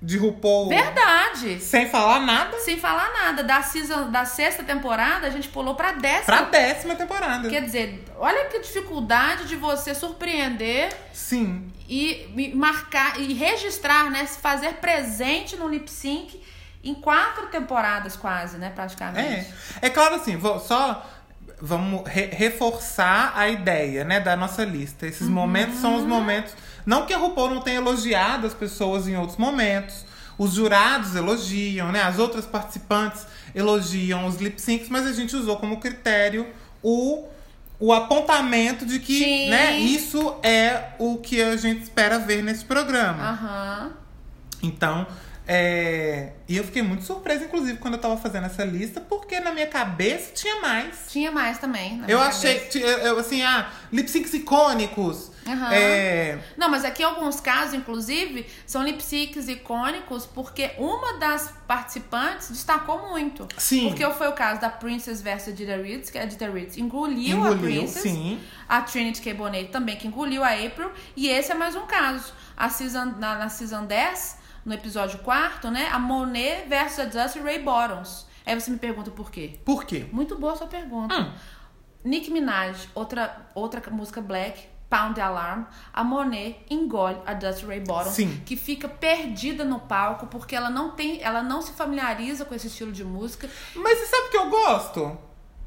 Speaker 2: de RuPaul
Speaker 1: Verdade.
Speaker 2: sem falar nada
Speaker 1: Sem falar nada, da, season, da sexta temporada a gente pulou pra décima.
Speaker 2: pra décima temporada.
Speaker 1: Quer dizer, olha que dificuldade de você surpreender
Speaker 2: Sim.
Speaker 1: e me marcar e registrar, né? Se fazer presente no lip sync em quatro temporadas, quase, né?
Speaker 2: É.
Speaker 1: Praticamente.
Speaker 2: É claro assim, vou só vamos re- reforçar a ideia, né, da nossa lista. Esses momentos são os momentos, não que a RuPaul não tenha elogiado as pessoas em outros momentos. Os jurados elogiam, né? As outras participantes elogiam os lip syncs, mas a gente usou como critério o, o apontamento de que,
Speaker 1: Sim.
Speaker 2: né, isso é o que a gente espera ver nesse programa.
Speaker 1: Aham.
Speaker 2: Então, é... e eu fiquei muito surpresa, inclusive, quando eu tava fazendo essa lista, porque na minha cabeça tinha mais.
Speaker 1: Tinha mais também. na
Speaker 2: Eu
Speaker 1: minha
Speaker 2: achei,
Speaker 1: cabeça.
Speaker 2: ti- eu- eu, assim, ah, lip syncs icônicos.
Speaker 1: Aham.
Speaker 2: É,
Speaker 1: Não, mas aqui alguns casos, inclusive, são lip syncs icônicos porque uma das participantes destacou muito.
Speaker 2: Sim.
Speaker 1: Porque foi o caso da Princess versus Dita Reeds, que a Dita Reeds engoliu, a
Speaker 2: engoliu,
Speaker 1: Princess.
Speaker 2: sim.
Speaker 1: A Trinity K. Bonet também, que engoliu a April. E esse é mais um caso. A season, na, na Season 10, no episódio 4, né? A Monet versus a Dusty Ray Bottoms. Aí você me pergunta por quê.
Speaker 2: Por quê?
Speaker 1: Muito boa a sua pergunta.
Speaker 2: Hum.
Speaker 1: Nicki Minaj, outra, outra música black, Pound the Alarm. A Monet engole a Dusty Ray Bottoms,
Speaker 2: Sim.
Speaker 1: que fica perdida no palco porque ela não tem, ela não se familiariza com esse estilo de música.
Speaker 2: Mas você sabe o que eu gosto?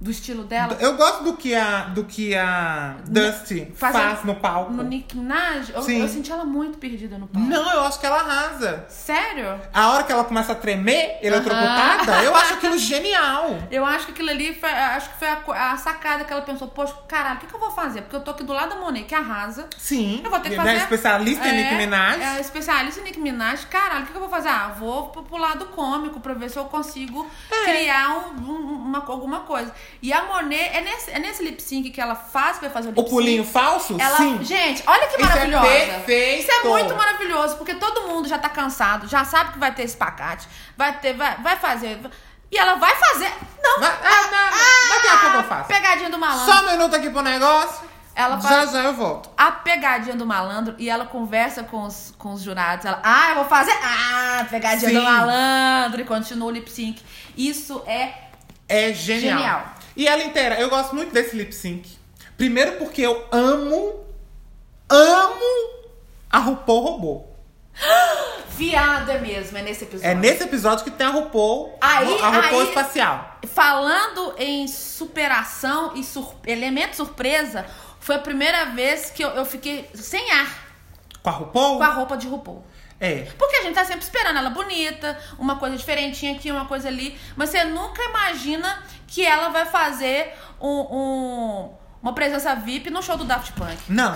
Speaker 1: do estilo dela.
Speaker 2: Eu gosto do que a, do que a Dusty
Speaker 1: faz
Speaker 2: faz,
Speaker 1: a-
Speaker 2: no palco.
Speaker 1: No Nick Minaj, eu,
Speaker 2: Sim.
Speaker 1: eu senti ela muito perdida no palco.
Speaker 2: Não, eu acho que ela arrasa.
Speaker 1: Sério?
Speaker 2: A hora que ela começa a tremer, eletrocutada, eu acho aquilo genial.
Speaker 1: Eu acho que aquilo ali foi, acho que foi a, co- a sacada que ela pensou, poxa, caralho, o que, que eu vou fazer? Porque eu tô aqui do lado da Monique, arrasa.
Speaker 2: Sim.
Speaker 1: Eu vou ter que
Speaker 2: Ela
Speaker 1: fazer.
Speaker 2: É especialista em Nick Minaj.
Speaker 1: É, especialista em Nick Minaj. Caralho, o que, que eu vou fazer? Ah, vou pro, pro lado cômico pra ver se eu consigo
Speaker 2: É.
Speaker 1: criar um- um- uma, alguma coisa. E a Monet, é nesse, é nesse lip sync que ela faz pra fazer o lip
Speaker 2: O
Speaker 1: sync.
Speaker 2: pulinho falso?
Speaker 1: Ela,
Speaker 2: Sim.
Speaker 1: gente, olha que
Speaker 2: Isso é
Speaker 1: maravilhosa.
Speaker 2: perfeito.
Speaker 1: Isso é muito maravilhoso, porque todo mundo já tá cansado, já sabe que vai ter esse pacote, vai ter, vai, vai fazer. E ela vai fazer. Não.
Speaker 2: Vai- ah, não, não. Daqui a pouco eu faço.
Speaker 1: Pegadinha do malandro.
Speaker 2: Só um minuto aqui pro negócio.
Speaker 1: Ela
Speaker 2: já
Speaker 1: faz-
Speaker 2: já eu volto.
Speaker 1: A pegadinha do malandro e ela conversa com os, com os jurados. Ela, ah, eu vou fazer. Ah, pegadinha
Speaker 2: Sim.
Speaker 1: do malandro. E continua o lip sync. Isso é.
Speaker 2: É genial.
Speaker 1: Genial.
Speaker 2: E ela inteira, eu gosto muito desse lip sync. Primeiro porque eu amo, amo a RuPaul robô.
Speaker 1: Viado é mesmo, é nesse episódio.
Speaker 2: É nesse episódio que tem a RuPaul,
Speaker 1: Aí-
Speaker 2: a RuPaul
Speaker 1: aí-
Speaker 2: espacial.
Speaker 1: Falando em superação e sur- elemento surpresa, foi a primeira vez que eu, eu fiquei sem ar
Speaker 2: Com a RuPaul?
Speaker 1: com a roupa de RuPaul.
Speaker 2: É.
Speaker 1: Porque a gente tá sempre esperando ela bonita, uma coisa diferentinha aqui, uma coisa ali. Mas você nunca imagina que ela vai fazer um- um- uma presença VIP no show do Daft Punk. [laughs]
Speaker 2: Não.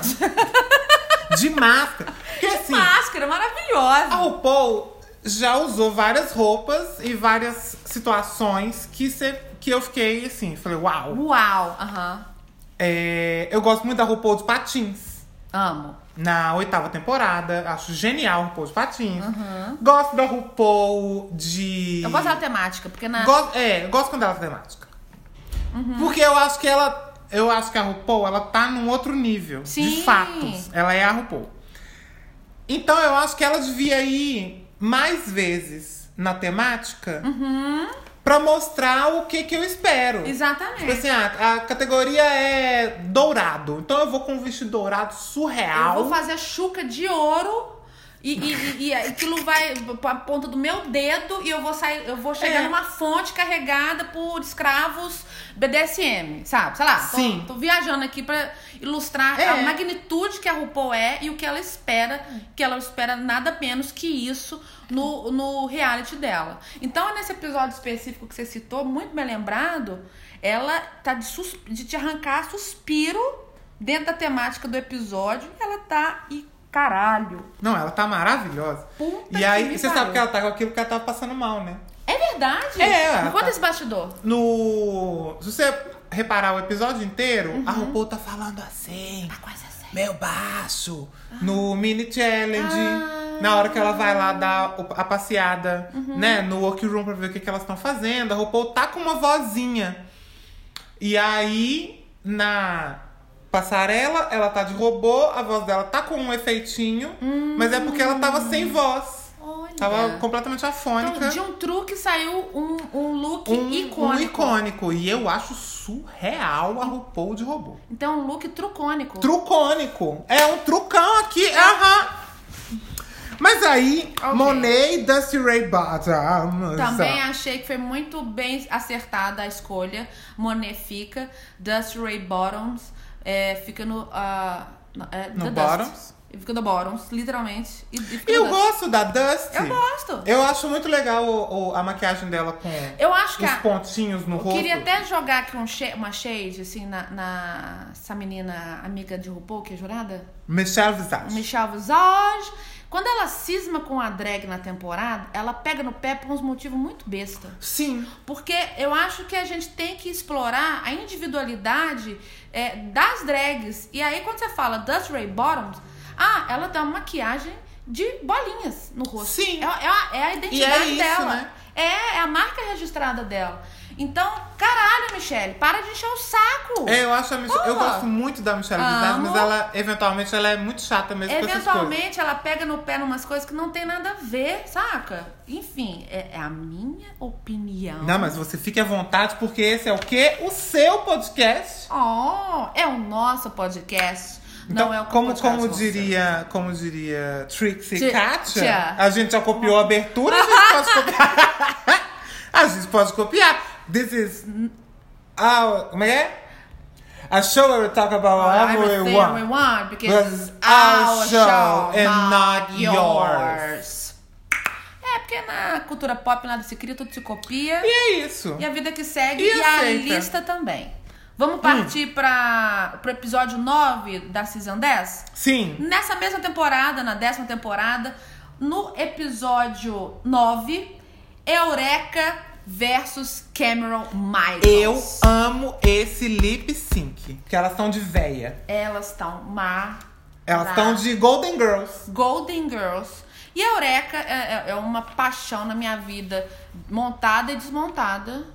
Speaker 2: De máscara. Porque assim,
Speaker 1: Máscara
Speaker 2: a
Speaker 1: maravilhosa.
Speaker 2: RuPaul já usou várias roupas e várias situações que, cê- que eu fiquei assim, falei, uau.
Speaker 1: Uau! Aham.
Speaker 2: É, eu gosto muito da RuPaul de patins.
Speaker 1: Amo.
Speaker 2: Na oitava temporada, acho genial o RuPaul de patins. Gosto da RuPaul de.
Speaker 1: Uhum. Eu gosto da temática, porque na.
Speaker 2: Gosto- é, eu gosto quando ela é temática.
Speaker 1: Uhum.
Speaker 2: Porque eu acho que ela. Eu acho que a RuPaul, ela tá num outro nível.
Speaker 1: Sim.
Speaker 2: De fatos. Ela é a RuPaul. Então eu acho que ela devia ir mais vezes na temática
Speaker 1: Uhum.
Speaker 2: pra mostrar o que, que eu espero. Tipo
Speaker 1: Exatamente.
Speaker 2: assim, ah, a categoria é dourado. Então eu vou com um vestido dourado surreal.
Speaker 1: Eu vou fazer chuca de ouro. E, e, e, e aquilo vai pra ponta do meu dedo e eu vou sair, eu vou chegar
Speaker 2: É.
Speaker 1: numa fonte carregada por escravos BDSM, sabe? Sei lá, tô,
Speaker 2: Sim.
Speaker 1: tô viajando aqui pra ilustrar a
Speaker 2: É.
Speaker 1: magnitude que a RuPaul é e o que ela espera, que ela espera nada menos que isso no, no reality dela. Então, nesse episódio específico que você citou, muito bem lembrado, ela tá de, sus- de te arrancar suspiro dentro da temática do episódio e ela tá e caralho.
Speaker 2: Não, ela tá maravilhosa.
Speaker 1: Puta
Speaker 2: e
Speaker 1: que
Speaker 2: aí,
Speaker 1: me
Speaker 2: você
Speaker 1: pariu.
Speaker 2: sabe que ela tá com aquilo que ela tava passando mal, né?
Speaker 1: É verdade?
Speaker 2: É, ela
Speaker 1: Me conta
Speaker 2: tá-
Speaker 1: esse bastidor.
Speaker 2: No. Se você reparar o episódio inteiro,
Speaker 1: Uhum.
Speaker 2: a RuPaul tá falando assim.
Speaker 1: Tá quase assim.
Speaker 2: Meu baixo.
Speaker 1: Ah.
Speaker 2: No mini challenge. Na hora que ela vai lá dar o- a passeada,
Speaker 1: Uhum.
Speaker 2: né? No workroom pra ver o que, que elas estão fazendo. A RuPaul tá com uma vozinha. E aí, na passarela, ela tá de robô, a voz dela tá com um efeitinho, mas é porque ela tava sem voz.
Speaker 1: Hum. Olha.
Speaker 2: Tava completamente afônica.
Speaker 1: Então, de um truque saiu um, um look
Speaker 2: um,
Speaker 1: icônico.
Speaker 2: um icônico. E eu acho surreal a RuPaul de robô.
Speaker 1: Então, um look trucônico.
Speaker 2: Trucônico. É um trucão aqui. Aham. Mas aí,
Speaker 1: Ok.
Speaker 2: Monet e Dusty Ray Bottoms.
Speaker 1: Também achei que foi muito bem acertada a escolha. Monet fica, Dusty Ray Bottoms é, fica no. ah, na- é,
Speaker 2: No
Speaker 1: the
Speaker 2: Bottoms?
Speaker 1: Dust. Fica no Bottoms, literalmente. E, e fica
Speaker 2: Eu
Speaker 1: no Dust.
Speaker 2: gosto da Dusty.
Speaker 1: Eu gosto.
Speaker 2: Eu acho muito legal o- o- a maquiagem dela com
Speaker 1: Eu acho que
Speaker 2: os
Speaker 1: a-
Speaker 2: pontinhos no
Speaker 1: eu
Speaker 2: rosto.
Speaker 1: queria até jogar aqui um sha- uma shade, assim, na, na- essa menina amiga de RuPaul, que é jurada?
Speaker 2: Michelle
Speaker 1: O
Speaker 2: Visage.
Speaker 1: Michelle Visage. Quando ela cisma com a drag na temporada, ela pega no pé por uns motivos muito besta.
Speaker 2: Sim.
Speaker 1: Porque eu acho que a gente tem que explorar a individualidade é, das drags. E aí, quando você fala Dust Ray Bottoms, ah, ela tem uma maquiagem de bolinhas no rosto.
Speaker 2: Sim.
Speaker 1: É, é a, é a identidade
Speaker 2: isso,
Speaker 1: dela.
Speaker 2: né?
Speaker 1: É, é a marca registrada dela. Então, caralho, Michelle, para de encher o saco.
Speaker 2: É, eu acho a Michelle. Eu
Speaker 1: Porra.
Speaker 2: gosto muito da Michelle Visage,
Speaker 1: Amo.
Speaker 2: mas ela, eventualmente, ela é muito chata mesmo com essas coisas.
Speaker 1: Eventualmente ela pega no pé numas coisas que não tem nada a ver, saca? Enfim, é, é a minha opinião.
Speaker 2: Não, mas você fique à vontade, porque esse é o quê? O seu podcast.
Speaker 1: Oh, é o nosso podcast.
Speaker 2: Então,
Speaker 1: não é o
Speaker 2: como,
Speaker 1: podcast
Speaker 2: como
Speaker 1: do
Speaker 2: diria, como diria Trixie
Speaker 1: Ti-
Speaker 2: e Kátia,
Speaker 1: tia.
Speaker 2: a gente já copiou
Speaker 1: [laughs]
Speaker 2: a [laughs] abertura, a gente pode copiar. a gente pode copiar. This is our. Como é que é? A show where we talk about whatever we
Speaker 1: Everything
Speaker 2: want.
Speaker 1: we want, because
Speaker 2: Because
Speaker 1: our,
Speaker 2: our
Speaker 1: show,
Speaker 2: show and
Speaker 1: not
Speaker 2: not
Speaker 1: yours. É, porque na cultura pop nada se cria, tudo se copia.
Speaker 2: E é isso.
Speaker 1: E a vida que segue
Speaker 2: E
Speaker 1: e, a
Speaker 2: aceita. Hum.
Speaker 1: lista também. Vamos partir para pro episódio 9 da Season 10?
Speaker 2: Sim.
Speaker 1: Nessa mesma temporada, na décima temporada, no episódio 9, Eureka versus Cameron
Speaker 2: Eu
Speaker 1: Michaels.
Speaker 2: amo esse lip sync. Que elas estão de véia.
Speaker 1: Elas estão mar...
Speaker 2: Elas estão
Speaker 1: Tá.
Speaker 2: de Golden Girls.
Speaker 1: Golden Girls. E a Eureka é, é- é uma paixão na minha vida, montada e desmontada.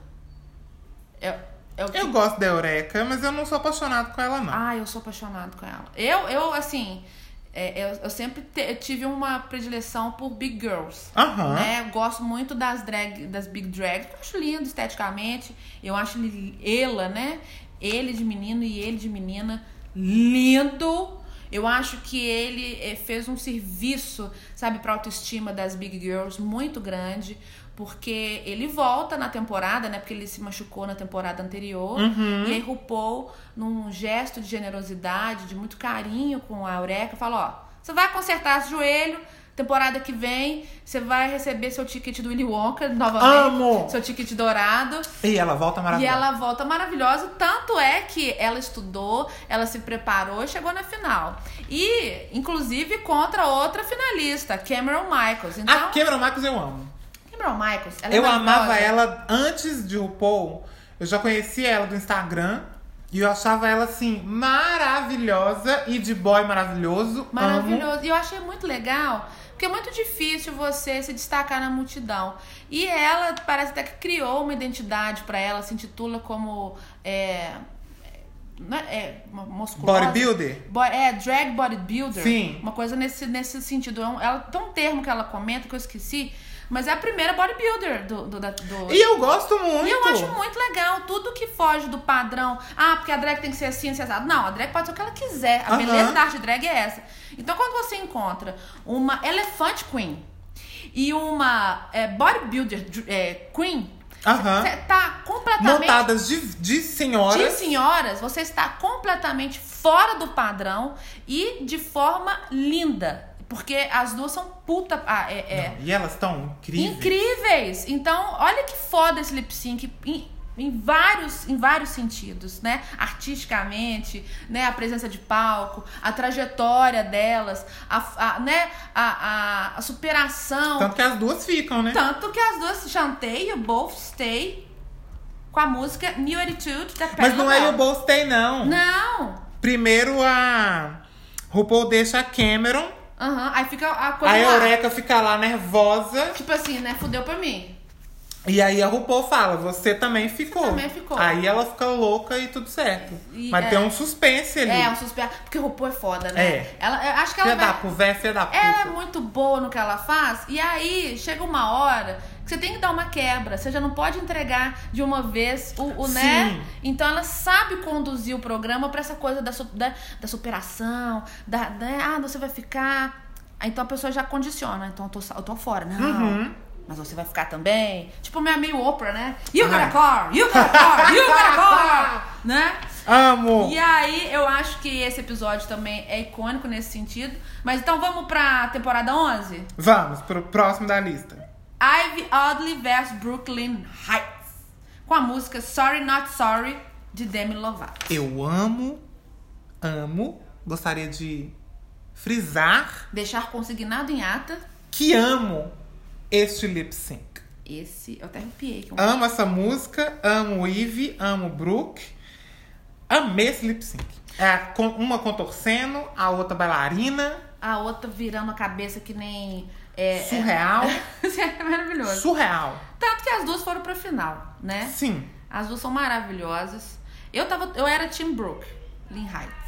Speaker 1: É, é o que...
Speaker 2: Eu gosto da Eureka, mas eu não sou apaixonado com ela, não.
Speaker 1: Ah, eu sou apaixonado com ela. Eu, eu assim, é, eu, eu sempre te- eu tive uma predileção por big girls.
Speaker 2: Aham.
Speaker 1: Né? Eu gosto muito das drag, das big drags. Eu acho lindo esteticamente. Eu acho li- ela, né? Ele de menino e ele de menina lindo. Eu acho que ele eh, fez um serviço, sabe, pra autoestima das big girls muito grande. Porque ele volta na temporada, né? Porque ele se machucou na temporada anterior. E aí RuPaul, num gesto de generosidade, de muito carinho com a Eureka, fala, ó, você vai consertar esse joelho, Temporada que vem, você vai receber seu ticket do Willy Wonka novamente.
Speaker 2: Amo!
Speaker 1: Seu ticket dourado.
Speaker 2: E ela volta
Speaker 1: E
Speaker 2: maravilhosa.
Speaker 1: ela volta maravilhosa. Tanto é que ela estudou, ela se preparou e chegou na final. E, inclusive, contra outra finalista, Cameron Michaels. Então,
Speaker 2: A Cameron Michaels eu amo.
Speaker 1: Cameron Michaels, ela é
Speaker 2: Eu amava
Speaker 1: maravilhosa.
Speaker 2: ela antes de RuPaul. Eu já conhecia ela do Instagram. E eu achava ela, assim, maravilhosa. E de boy maravilhoso. Amo.
Speaker 1: Maravilhoso. E eu achei muito legal, porque é muito difícil você se destacar na multidão. E ela parece até que criou uma identidade pra ela, se intitula como. É, não é, é uma musculosa.
Speaker 2: Bodybuilder?
Speaker 1: Bo- é, drag bodybuilder.
Speaker 2: Sim.
Speaker 1: Uma coisa nesse, nesse sentido. É um- Ela, tem um termo que ela comenta que eu esqueci, mas é a primeira bodybuilder do, do, da- do-
Speaker 2: E eu gosto muito.
Speaker 1: e eu acho muito legal tudo que foge do padrão. Ah, porque a drag tem que ser assim, assim, assado. Não, a drag pode ser o que ela quiser. A
Speaker 2: Aham.
Speaker 1: beleza da arte drag é essa. Então, quando você encontra uma elefante queen e uma é, bodybuilder dr- é, queen,
Speaker 2: Aham.
Speaker 1: você tá completamente...
Speaker 2: Montadas de, de
Speaker 1: De
Speaker 2: senhoras.
Speaker 1: senhoras, você está completamente fora do padrão e de forma linda. Porque as duas são puta... Ah, é, é,
Speaker 2: E elas estão incríveis.
Speaker 1: incríveis. Então, olha que foda esse lip sync em, em vários, em vários sentidos, né? Artisticamente, né? A presença de palco, a trajetória delas, a, a- né? A, a- a superação.
Speaker 2: Tanto que as duas ficam, né?
Speaker 1: Tanto que as duas chantei, you both stay, com a música New Attitude da
Speaker 2: Mas não é
Speaker 1: Perla
Speaker 2: o Bolstei, não.
Speaker 1: Não!
Speaker 2: Primeiro a RuPaul deixa a Cameron.
Speaker 1: Aham, aí fica a coisa
Speaker 2: A
Speaker 1: lá.
Speaker 2: Eureka fica lá nervosa.
Speaker 1: Tipo assim, né? Fudeu pra mim.
Speaker 2: E aí a RuPaul fala, você também ficou.
Speaker 1: também ficou.
Speaker 2: Aí ela fica louca e tudo certo.
Speaker 1: E-
Speaker 2: Mas
Speaker 1: é.
Speaker 2: tem um suspense ali.
Speaker 1: É, um suspeito. Porque o RuPaul é foda, né?
Speaker 2: É.
Speaker 1: Ela, eu acho que ela
Speaker 2: Fia da
Speaker 1: vai,
Speaker 2: puta, véia, fia da puta.
Speaker 1: Ela é muito boa no que ela faz, e aí chega uma hora que você tem que dar uma quebra. Você já não pode entregar de uma vez o, o né. Então ela sabe conduzir o programa pra essa coisa da, su- da, da superação, da, da- Ah, você vai ficar. Aí, Então a pessoa já condiciona. Então eu tô, sa- eu tô fora. Não.
Speaker 2: Uhum.
Speaker 1: Mas você vai ficar também? Tipo minha meio Oprah, né?
Speaker 2: Ah.
Speaker 1: You gotta core! You gotta core! You gotta core! né?
Speaker 2: Amo!
Speaker 1: E aí, eu acho que esse episódio também é icônico nesse sentido. Mas então vamos pra temporada 11?
Speaker 2: Vamos pro próximo da lista.
Speaker 1: Ivy Oddly vs Brooklyn Heights. Com a música Sorry Not Sorry, de Demi Lovato.
Speaker 2: Eu amo, amo. Gostaria de frisar
Speaker 1: Deixar consignado em ata.
Speaker 2: que amo este lip sync.
Speaker 1: Esse, eu até arrepiei. que é um-
Speaker 2: Amo essa música, amo o Eve, amo o Brooke. Amei esse lip sync. É a con- uma contorcendo, a outra bailarina.
Speaker 1: A outra virando a cabeça que nem... É,
Speaker 2: Surreal.
Speaker 1: [laughs] Isso é maravilhoso.
Speaker 2: Surreal.
Speaker 1: Tanto que as duas foram pra final, né?
Speaker 2: Sim.
Speaker 1: As duas são maravilhosas. Eu, tava, eu era Team Brooke, Lynn Heights.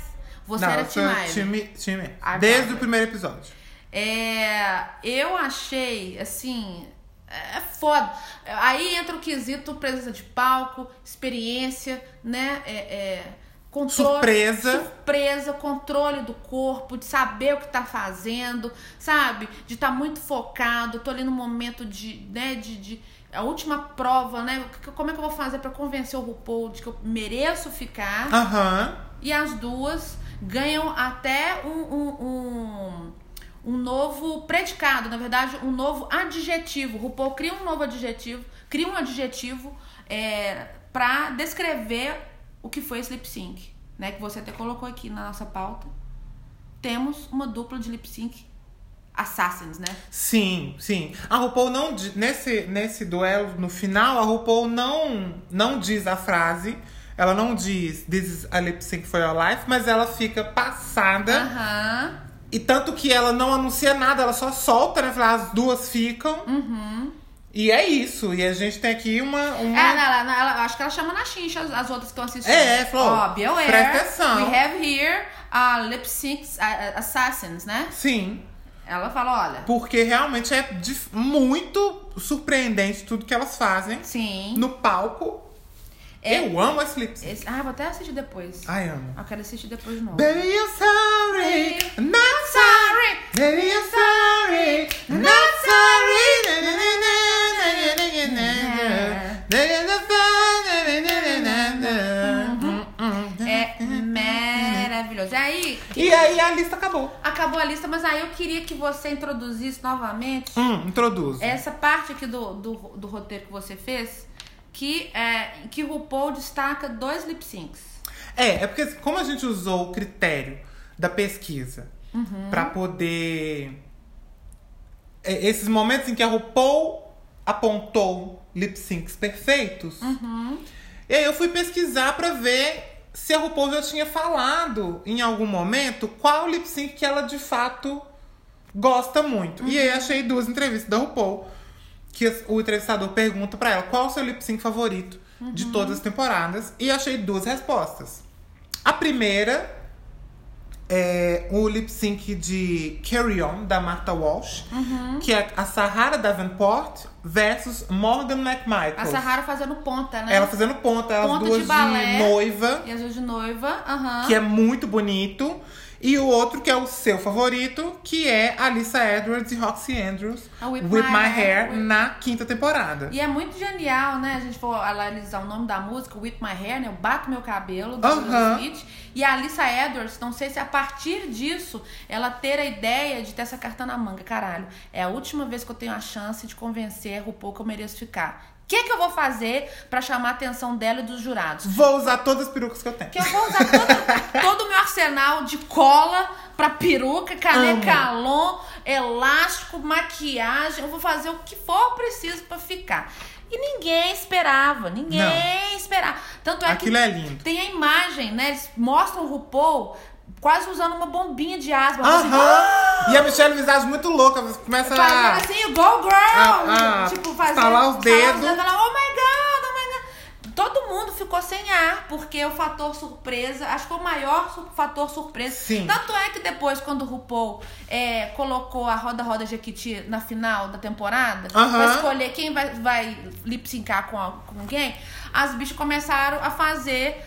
Speaker 1: Você
Speaker 2: Não,
Speaker 1: era
Speaker 2: eu
Speaker 1: Team
Speaker 2: sou
Speaker 1: Ivy.
Speaker 2: time, time.
Speaker 1: Ivy.
Speaker 2: Desde o primeiro episódio.
Speaker 1: É, eu achei, assim, é foda. Aí entra o quesito presença de palco, experiência, né? É, é, controle,
Speaker 2: Surpresa.
Speaker 1: Surpresa, controle do corpo, de saber o que tá fazendo, sabe? De estar muito focado. Tô ali no momento de, né, de, de a última prova, né? O que- Como é que eu vou fazer pra convencer o RuPaul de que eu mereço ficar?
Speaker 2: Aham.
Speaker 1: E as duas ganham até um, um, um, um novo predicado, na verdade, um novo adjetivo. O RuPaul cria um novo adjetivo, cria um adjetivo é, para descrever o que foi esse lip sync, né? Que você até colocou aqui na nossa pauta. Temos uma dupla de lip sync assassins, né?
Speaker 2: Sim, sim. A RuPaul não. di- Nesse, nesse duelo, no final, a RuPaul não, não diz a frase. Ela não diz This is a lip sync for your life, mas ela fica
Speaker 1: Ah.
Speaker 2: passada.
Speaker 1: Aham.
Speaker 2: E tanto que ela não anuncia nada, ela só solta, né? Fala, as duas ficam. E é isso. E a gente tem aqui uma. uma...
Speaker 1: Uhum. É, ela, ela- ela- acho que ela chama na chincha as, as outras que estão assistindo.
Speaker 2: É, Flo,
Speaker 1: Ó, be aware,
Speaker 2: presta atenção.
Speaker 1: We have here a lip sync a- a- assassins, né?
Speaker 2: Sim.
Speaker 1: Ela fala, olha,
Speaker 2: Porque realmente é dif- muito surpreendente tudo que elas fazem
Speaker 1: sim.
Speaker 2: no palco.
Speaker 1: É.
Speaker 2: Eu amo esse lip sync.
Speaker 1: Esse- ah, vou até assistir depois.
Speaker 2: Ai, amo.
Speaker 1: Ah, Eu quero assistir depois de novo.
Speaker 2: Baby, you're sorry, not
Speaker 1: Sorry!
Speaker 2: Baby, you're sorry, not sorry. Na, na, na, na, na, na, na, na, na. Na, na, na, na, na, na, na, na.
Speaker 1: É maravilhoso. E aí,
Speaker 2: E aí a lista acabou.
Speaker 1: acabou a lista, mas aí eu queria que você introduzisse novamente
Speaker 2: Hum, introduzo.
Speaker 1: essa parte aqui do, do, do roteiro que você fez, que é que RuPaul destaca dois lip syncs.
Speaker 2: É, é porque como a gente usou o critério da pesquisa pra poder. é, esses momentos em que a RuPaul apontou lip syncs perfeitos. E aí eu fui pesquisar pra ver se a RuPaul já tinha falado em algum momento qual lip sync que ela de fato gosta muito. E aí
Speaker 1: Uhum.
Speaker 2: achei duas entrevistas da RuPaul que as- o entrevistador pergunta pra ela qual o seu lip sync favorito de
Speaker 1: Uhum.
Speaker 2: todas as temporadas e achei duas respostas. A primeira é o lip sync de Carry On da Martha Walsh,
Speaker 1: Uhum.
Speaker 2: que é a Sahara Davenport versus Morgan McMichael.
Speaker 1: A Sahara fazendo ponta, né?
Speaker 2: Ela fazendo ponta, elas
Speaker 1: Ponta de
Speaker 2: duas de,
Speaker 1: balé.
Speaker 2: noiva,
Speaker 1: E as duas de noiva, aham.
Speaker 2: que é muito bonito. E o outro que é o seu favorito, que é Alissa Edwards e Roxy Andrews,
Speaker 1: A
Speaker 2: With,
Speaker 1: Whip
Speaker 2: My,
Speaker 1: My
Speaker 2: Hair,
Speaker 1: Hair, Whip-
Speaker 2: na quinta temporada.
Speaker 1: E é muito genial, né? A gente for analisar o nome da música, Whip My Hair, né? Eu bato meu cabelo, do
Speaker 2: Aham.
Speaker 1: Will Smith. E a Alissa Edwards, não sei se a partir disso ela ter a ideia de ter essa carta na manga. Caralho, é a última vez que eu tenho a chance de convencer a RuPaul que eu mereço ficar. O que, que eu vou fazer pra chamar a atenção dela e dos jurados?
Speaker 2: Vou usar todas as perucas que eu tenho.
Speaker 1: Que eu vou usar todo- todo o meu arsenal de cola pra peruca, canecalon, elástico, maquiagem. Eu vou fazer o que for preciso pra ficar. E ninguém esperava, ninguém esperava. Tanto é
Speaker 2: Aquilo
Speaker 1: que
Speaker 2: é lindo.
Speaker 1: tem a imagem, né? Eles mostram o RuPaul quase usando uma bombinha de asma. assim,
Speaker 2: Aham! E a Michelle Visage muito louca, começa a...
Speaker 1: Fazendo assim, go girl!
Speaker 2: Ah, ah,
Speaker 1: tipo, fazendo.
Speaker 2: estalar os dedos.
Speaker 1: falar, oh my god, oh my god. Todo mundo ficou sem ar, porque o fator surpresa, acho que foi o maior su- fator surpresa.
Speaker 2: Sim.
Speaker 1: Tanto é que depois, quando o RuPaul é, colocou a Roda Roda Jequiti na final da temporada,
Speaker 2: Aham.
Speaker 1: pra escolher quem vai, vai lip syncar com, a- com quem, as bichas começaram a fazer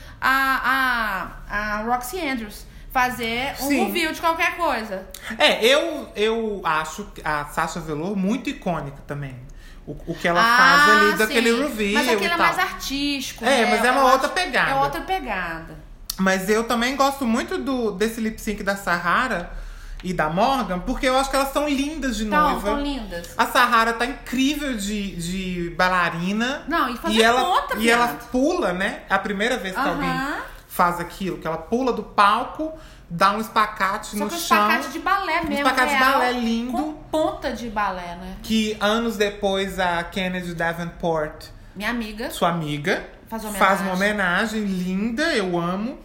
Speaker 1: a, a, a Roxy Andrews. Fazer um
Speaker 2: Sim.
Speaker 1: review de qualquer coisa.
Speaker 2: É, eu, eu acho a Sasha Velour muito icônica também. O, o que ela
Speaker 1: Ah,
Speaker 2: faz ali
Speaker 1: sim.
Speaker 2: daquele review
Speaker 1: Mas
Speaker 2: e
Speaker 1: aquilo é
Speaker 2: tal.
Speaker 1: mais artístico.
Speaker 2: É,
Speaker 1: né?
Speaker 2: mas é uma
Speaker 1: Eu
Speaker 2: outra
Speaker 1: acho-
Speaker 2: pegada.
Speaker 1: É outra pegada.
Speaker 2: Mas eu também gosto muito do, desse lip sync da Sahara e da Morgan, porque eu acho que elas são lindas de é
Speaker 1: Então,
Speaker 2: noiva.
Speaker 1: tão lindas.
Speaker 2: A Sahara tá incrível de, de bailarina.
Speaker 1: Não, e fazer
Speaker 2: e ela,
Speaker 1: conta,
Speaker 2: E ela
Speaker 1: viado.
Speaker 2: pula, né? É a primeira vez que
Speaker 1: Aham.
Speaker 2: alguém faz aquilo, que ela pula do palco, dá um espacate
Speaker 1: Só
Speaker 2: no
Speaker 1: que um
Speaker 2: chão.
Speaker 1: espacate de balé mesmo.
Speaker 2: espacate de
Speaker 1: real,
Speaker 2: balé lindo.
Speaker 1: Com ponta de balé, né?
Speaker 2: Que anos depois a Kennedy Davenport,
Speaker 1: Minha amiga.
Speaker 2: sua amiga,
Speaker 1: Faz uma
Speaker 2: faz uma homenagem linda, eu amo.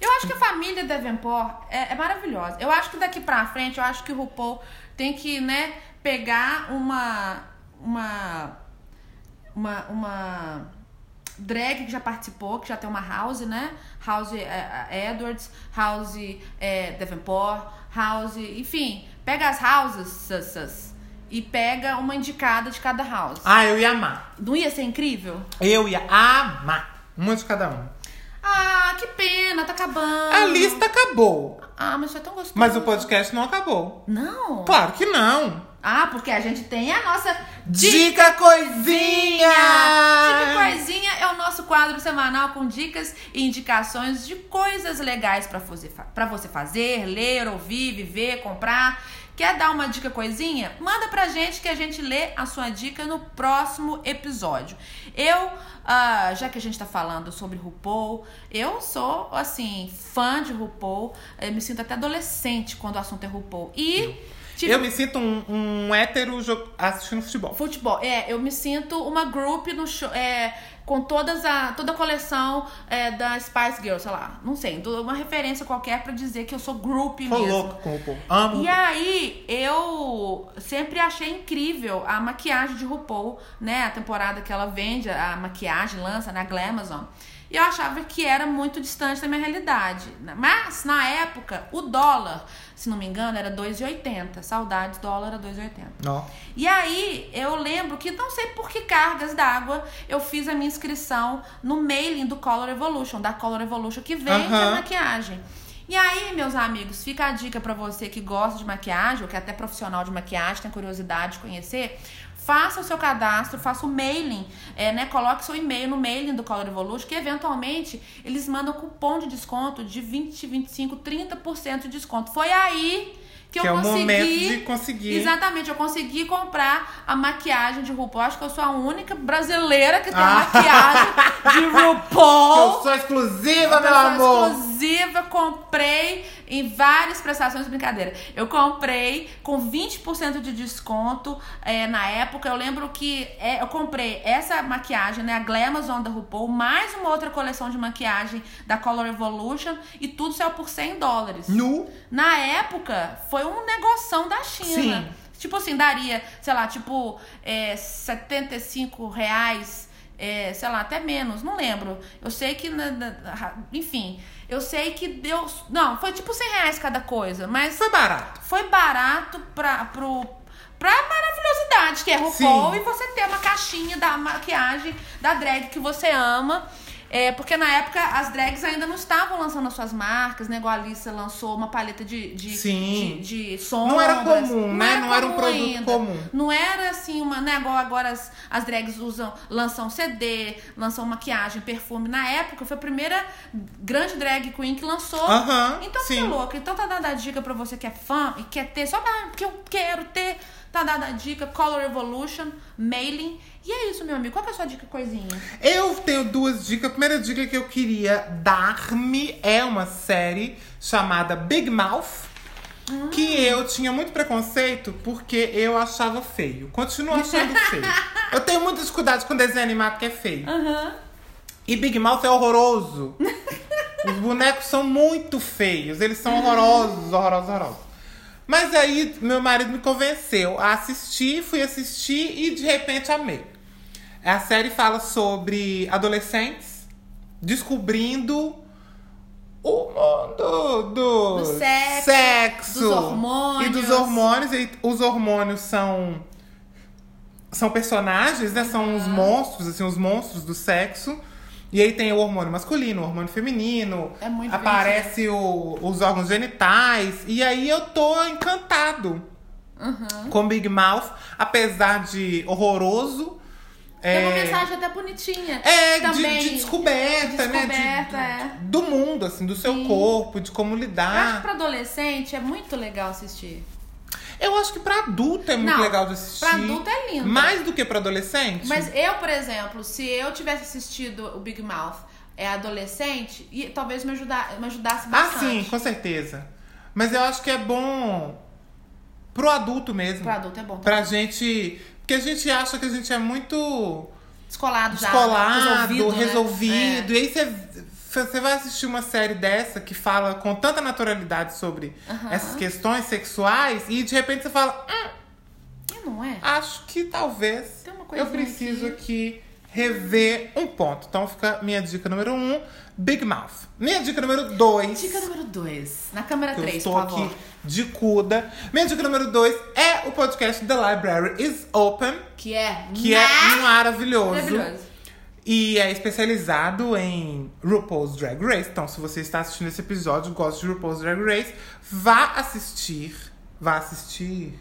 Speaker 1: Eu acho que a família Davenport é, é maravilhosa. Eu acho que daqui pra frente, eu acho que o RuPaul tem que, né, pegar uma. Uma. Uma. uma drag que já participou, que já tem uma House, né? House eh, eh, Edwards, House eh, Davenport, House. Enfim, pega as houses sus, sus, e pega uma indicada de cada house.
Speaker 2: Ah, eu ia amar.
Speaker 1: Não ia ser incrível?
Speaker 2: Eu ia amar. Uma de cada um.
Speaker 1: Ah, que pena, tá acabando.
Speaker 2: A lista acabou.
Speaker 1: Ah, mas isso é tão gostoso.
Speaker 2: Mas o podcast não acabou.
Speaker 1: Não.
Speaker 2: Claro que não.
Speaker 1: Ah, porque a gente tem a nossa dica.
Speaker 2: Dica coisinha!
Speaker 1: Dica Coisinha é o nosso quadro semanal com dicas e indicações de coisas legais pra você, fa- pra você fazer, ler, ouvir, viver, comprar. Quer dar uma dica coisinha? Manda pra gente que a gente lê a sua dica no próximo episódio. Eu, ah, já que a gente tá falando sobre RuPaul, eu sou, assim, fã de RuPaul. Eu me sinto até adolescente quando o assunto é RuPaul. E tive
Speaker 2: Eu me sinto um, um hétero jo- assistindo futebol.
Speaker 1: Futebol, é, eu me sinto uma group no show, é, com todas a, toda a coleção é, da Spice Girls, sei lá, não sei, dou uma referência qualquer pra dizer que eu sou group
Speaker 2: Tô
Speaker 1: mesmo.
Speaker 2: louco com o povo. Amo.
Speaker 1: E
Speaker 2: RuPaul.
Speaker 1: aí, eu sempre achei incrível a maquiagem de RuPaul, né? A temporada que ela vende, a maquiagem, lança na Glamazon. E eu achava que era muito distante da minha realidade. Mas, na época, o dólar, se não me engano, era 2,80. Saudades, dólar era 2,80.
Speaker 2: Ó.
Speaker 1: E aí, eu lembro que não sei por que cargas d'água eu fiz a minha inscrição no mailing do Color Evolution, da Color Evolution, que vende a
Speaker 2: Aham.
Speaker 1: maquiagem. E aí, meus amigos, fica a dica pra você que gosta de maquiagem, ou que é até profissional de maquiagem, tem curiosidade de conhecer. Faça o seu cadastro, faça o mailing, é, né? Coloque seu e-mail no mailing do Color Evolution, que eventualmente eles mandam cupom de desconto de 20, 25, 30% de desconto. Foi aí que,
Speaker 2: Que
Speaker 1: eu
Speaker 2: é o
Speaker 1: consegui.
Speaker 2: momento de conseguir.
Speaker 1: Exatamente, eu consegui comprar a maquiagem de RuPaul. Acho que eu sou a única brasileira que tem a
Speaker 2: Ah.
Speaker 1: maquiagem
Speaker 2: [laughs]
Speaker 1: de
Speaker 2: Eu
Speaker 1: RuPaul.
Speaker 2: sou exclusiva, meu
Speaker 1: Pessoa
Speaker 2: amor!
Speaker 1: exclusiva, comprei em várias prestações, brincadeira. Eu comprei com 20% de desconto é, na época. Eu lembro que é, eu comprei essa maquiagem, né? A Glamazon da RuPaul, mais uma outra coleção de maquiagem da Color Evolution e tudo saiu por 100 dólares.
Speaker 2: Nu.
Speaker 1: Na época, foi um negoção da China.
Speaker 2: Sim.
Speaker 1: Tipo assim, daria, sei lá, tipo, é, 75 reais, é, sei lá, até menos, não lembro. Eu sei que, na- na- ra- enfim, eu sei que deu... Não, foi tipo 100 reais cada coisa, mas
Speaker 2: Foi barato.
Speaker 1: foi barato pra, pro, pra maravilhosidade, que é RuPaul, e
Speaker 2: Sim.
Speaker 1: você ter uma caixinha da maquiagem da drag que você ama. É, porque na época as drags ainda não estavam lançando as suas marcas, né? Igual a Alissa lançou uma paleta de, de,
Speaker 2: Sim.
Speaker 1: de, de sombras.
Speaker 2: Não era comum, né? Não era um produto comum.
Speaker 1: Não era assim uma, né? Igual agora as, as drags usam, lançam CD, lançam maquiagem, perfume. Na época foi a primeira grande drag queen que lançou.
Speaker 2: Aham,
Speaker 1: então
Speaker 2: sim.
Speaker 1: você é louca. Então tá dada a dica pra você que é fã e quer ter, só pra- porque eu quero ter, tá dada a dica, Color Evolution, mailing. E é isso, meu amigo. Qual que é a sua dica coisinha?
Speaker 2: Eu tenho duas dicas. A primeira dica que eu queria dar-me é uma série chamada Big Mouth. Que eu tinha muito preconceito porque eu achava feio. Continuo achando feio. Eu tenho muita dificuldade com desenho animado que é feio.
Speaker 1: Aham.
Speaker 2: E Big Mouth
Speaker 1: [laughs]
Speaker 2: é horroroso. Os bonecos são muito feios. Eles são horrorosos, horrorosos, horrorosos. Mas aí, meu marido me convenceu a assistir, fui assistir e de repente amei. A série fala sobre adolescentes descobrindo o mundo do,
Speaker 1: Do sexo,
Speaker 2: sexo
Speaker 1: dos hormônios.
Speaker 2: e dos hormônios. E os hormônios são são personagens, né? São os monstros, assim, os monstros do sexo. E aí tem o hormônio masculino, o hormônio feminino.
Speaker 1: É muito
Speaker 2: Aparece o- os órgãos genitais. E aí eu tô encantado
Speaker 1: Uhum.
Speaker 2: com Big Mouth, apesar de horroroso.
Speaker 1: Tem uma
Speaker 2: é,
Speaker 1: mensagem até bonitinha.
Speaker 2: é, de-
Speaker 1: também.
Speaker 2: de, descoberta, né? De-
Speaker 1: Descoberta, é.
Speaker 2: Do mundo, assim, do seu corpo, de como
Speaker 1: Eu acho que
Speaker 2: lidar.
Speaker 1: pra adolescente é muito legal assistir.
Speaker 2: Eu acho que pra adulto é muito
Speaker 1: Não,
Speaker 2: legal de assistir.
Speaker 1: pra adulto é lindo.
Speaker 2: Mais do que pra adolescente.
Speaker 1: Mas eu, por exemplo, se eu tivesse assistido o Big Mouth é, adolescente, e talvez me, ajudar, me ajudasse
Speaker 2: Ah,
Speaker 1: bastante.
Speaker 2: sim, com certeza. Mas eu acho que é bom pro adulto mesmo.
Speaker 1: Pro adulto é bom.
Speaker 2: Pra gente. Porque a gente acha que a gente é muito
Speaker 1: Descolado já.
Speaker 2: descolado, resolvido.
Speaker 1: né?
Speaker 2: E aí você. Você vai assistir uma série dessa que fala com tanta naturalidade sobre essas questões sexuais e de repente você fala: "Hum,
Speaker 1: É. E não é?
Speaker 2: acho que talvez
Speaker 1: Tem uma coisinha
Speaker 2: eu preciso aqui. rever um ponto. Então fica minha dica número um, Big Mouth. Minha dica número dois.
Speaker 1: Dica número 2. Na câmera
Speaker 2: Eu
Speaker 1: 3, por
Speaker 2: estou aqui
Speaker 1: favor.
Speaker 2: de cuda. Minha dica número 2 é o podcast The Library is Open,
Speaker 1: Que é.
Speaker 2: que é maravilhoso.
Speaker 1: Maravilhoso.
Speaker 2: E é especializado em RuPaul's Drag Race. Então, se você está assistindo esse episódio e gosta de RuPaul's Drag Race, vá assistir. Vá assistir.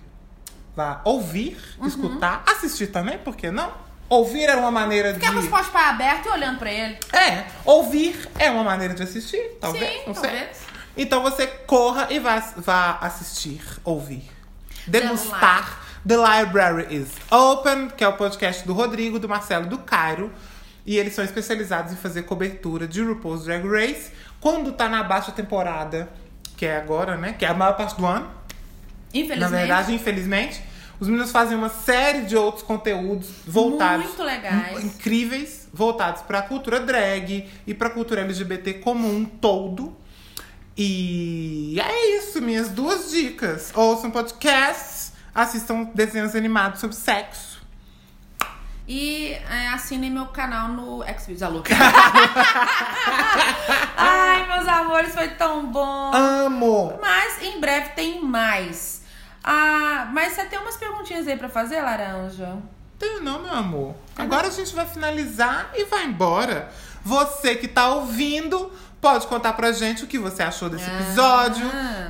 Speaker 2: Vá ouvir,
Speaker 1: Uhum.
Speaker 2: escutar, assistir também, por que não? Ouvir era uma maneira
Speaker 1: Ficar é com os
Speaker 2: de.
Speaker 1: pós-pá aberto e olhando pra ele.
Speaker 2: É, ouvir é uma maneira de assistir, talvez.
Speaker 1: Sim,
Speaker 2: não sei.
Speaker 1: talvez.
Speaker 2: Então você corra e vá, vá assistir, ouvir,
Speaker 1: lá.
Speaker 2: degustar. The Library is Open, que é o podcast do Rodrigo, do Marcelo, do Cairo. E eles são especializados em fazer cobertura de RuPaul's Drag Race. Quando tá na baixa temporada, que é agora, né? Que é a maior parte do ano. Na
Speaker 1: Infelizmente.
Speaker 2: verdade, infelizmente, os meninos fazem uma série de outros conteúdos voltados.
Speaker 1: Muito legais.
Speaker 2: Incríveis, voltados pra cultura drag e pra cultura LGBT como um todo. E é isso, minhas duas dicas. Ouçam podcasts, assistam desenhos animados sobre sexo.
Speaker 1: E é, assinem meu canal no Xvideos.
Speaker 2: [laughs]
Speaker 1: Alô. Ai, meus amores, foi tão bom.
Speaker 2: Amo!
Speaker 1: Mas em breve tem mais. Ah, mas você tem umas perguntinhas aí pra fazer, Laranja?
Speaker 2: Tenho não, meu amor. Agora a gente vai finalizar e vai embora. Você que tá ouvindo, pode contar pra gente o que você achou desse
Speaker 1: Ah.
Speaker 2: episódio,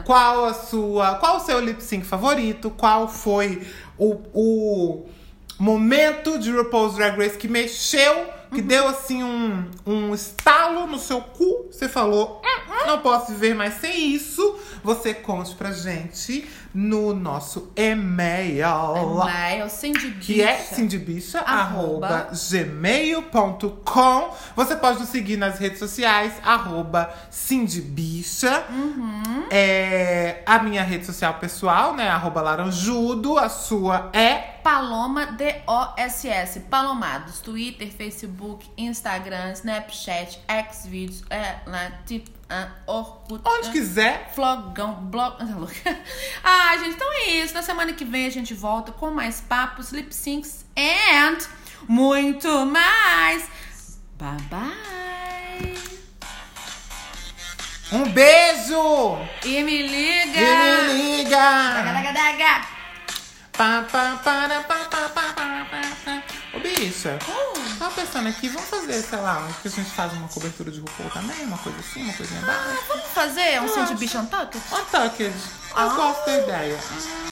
Speaker 2: qual a sua, qual o seu lip sync favorito, qual foi o, o momento de RuPaul's Drag Race que mexeu, que deu assim um, um estalo no seu cu, você falou, "Hum, hum, não posso viver mais sem isso. Você conte pra gente no nosso e-mail
Speaker 1: Mail, Cindy
Speaker 2: que é
Speaker 1: é Bicha. Arroba.
Speaker 2: cindybicha.gmail.com. Você pode nos seguir nas redes sociais, arroba cindybicha.
Speaker 1: Uhum.
Speaker 2: É, a minha rede social pessoal, né? Arroba laranjudo. A sua é.
Speaker 1: Paloma D-O-S-S. Palomados. Twitter, Facebook, Instagram, Snapchat, Xvideos, é, né, tip, ah, Orkut.
Speaker 2: Onde
Speaker 1: ah,
Speaker 2: quiser.
Speaker 1: Flogão, blog. [laughs] não, tá louca. Ah, gente, então é isso. Na semana que vem a gente volta com mais papos, lip syncs and muito mais. Bye bye.
Speaker 2: Um beijo!
Speaker 1: E me liga.
Speaker 2: E me
Speaker 1: Daga,
Speaker 2: liga!
Speaker 1: daga, daga.
Speaker 2: Pá, pá, para, pá, pá, pá, pá, pá, pá. Ô, bicha.
Speaker 1: Uh,
Speaker 2: Tava pensando aqui, vamos fazer, sei lá, um que a gente faz uma cobertura de RuPaul também, uma coisa assim, uma coisinha básica.
Speaker 1: vamos fazer um
Speaker 2: Eu
Speaker 1: Sandy
Speaker 2: acho.
Speaker 1: Bicho Untucked?
Speaker 2: Então, Untucked. Eu gosto da ideia.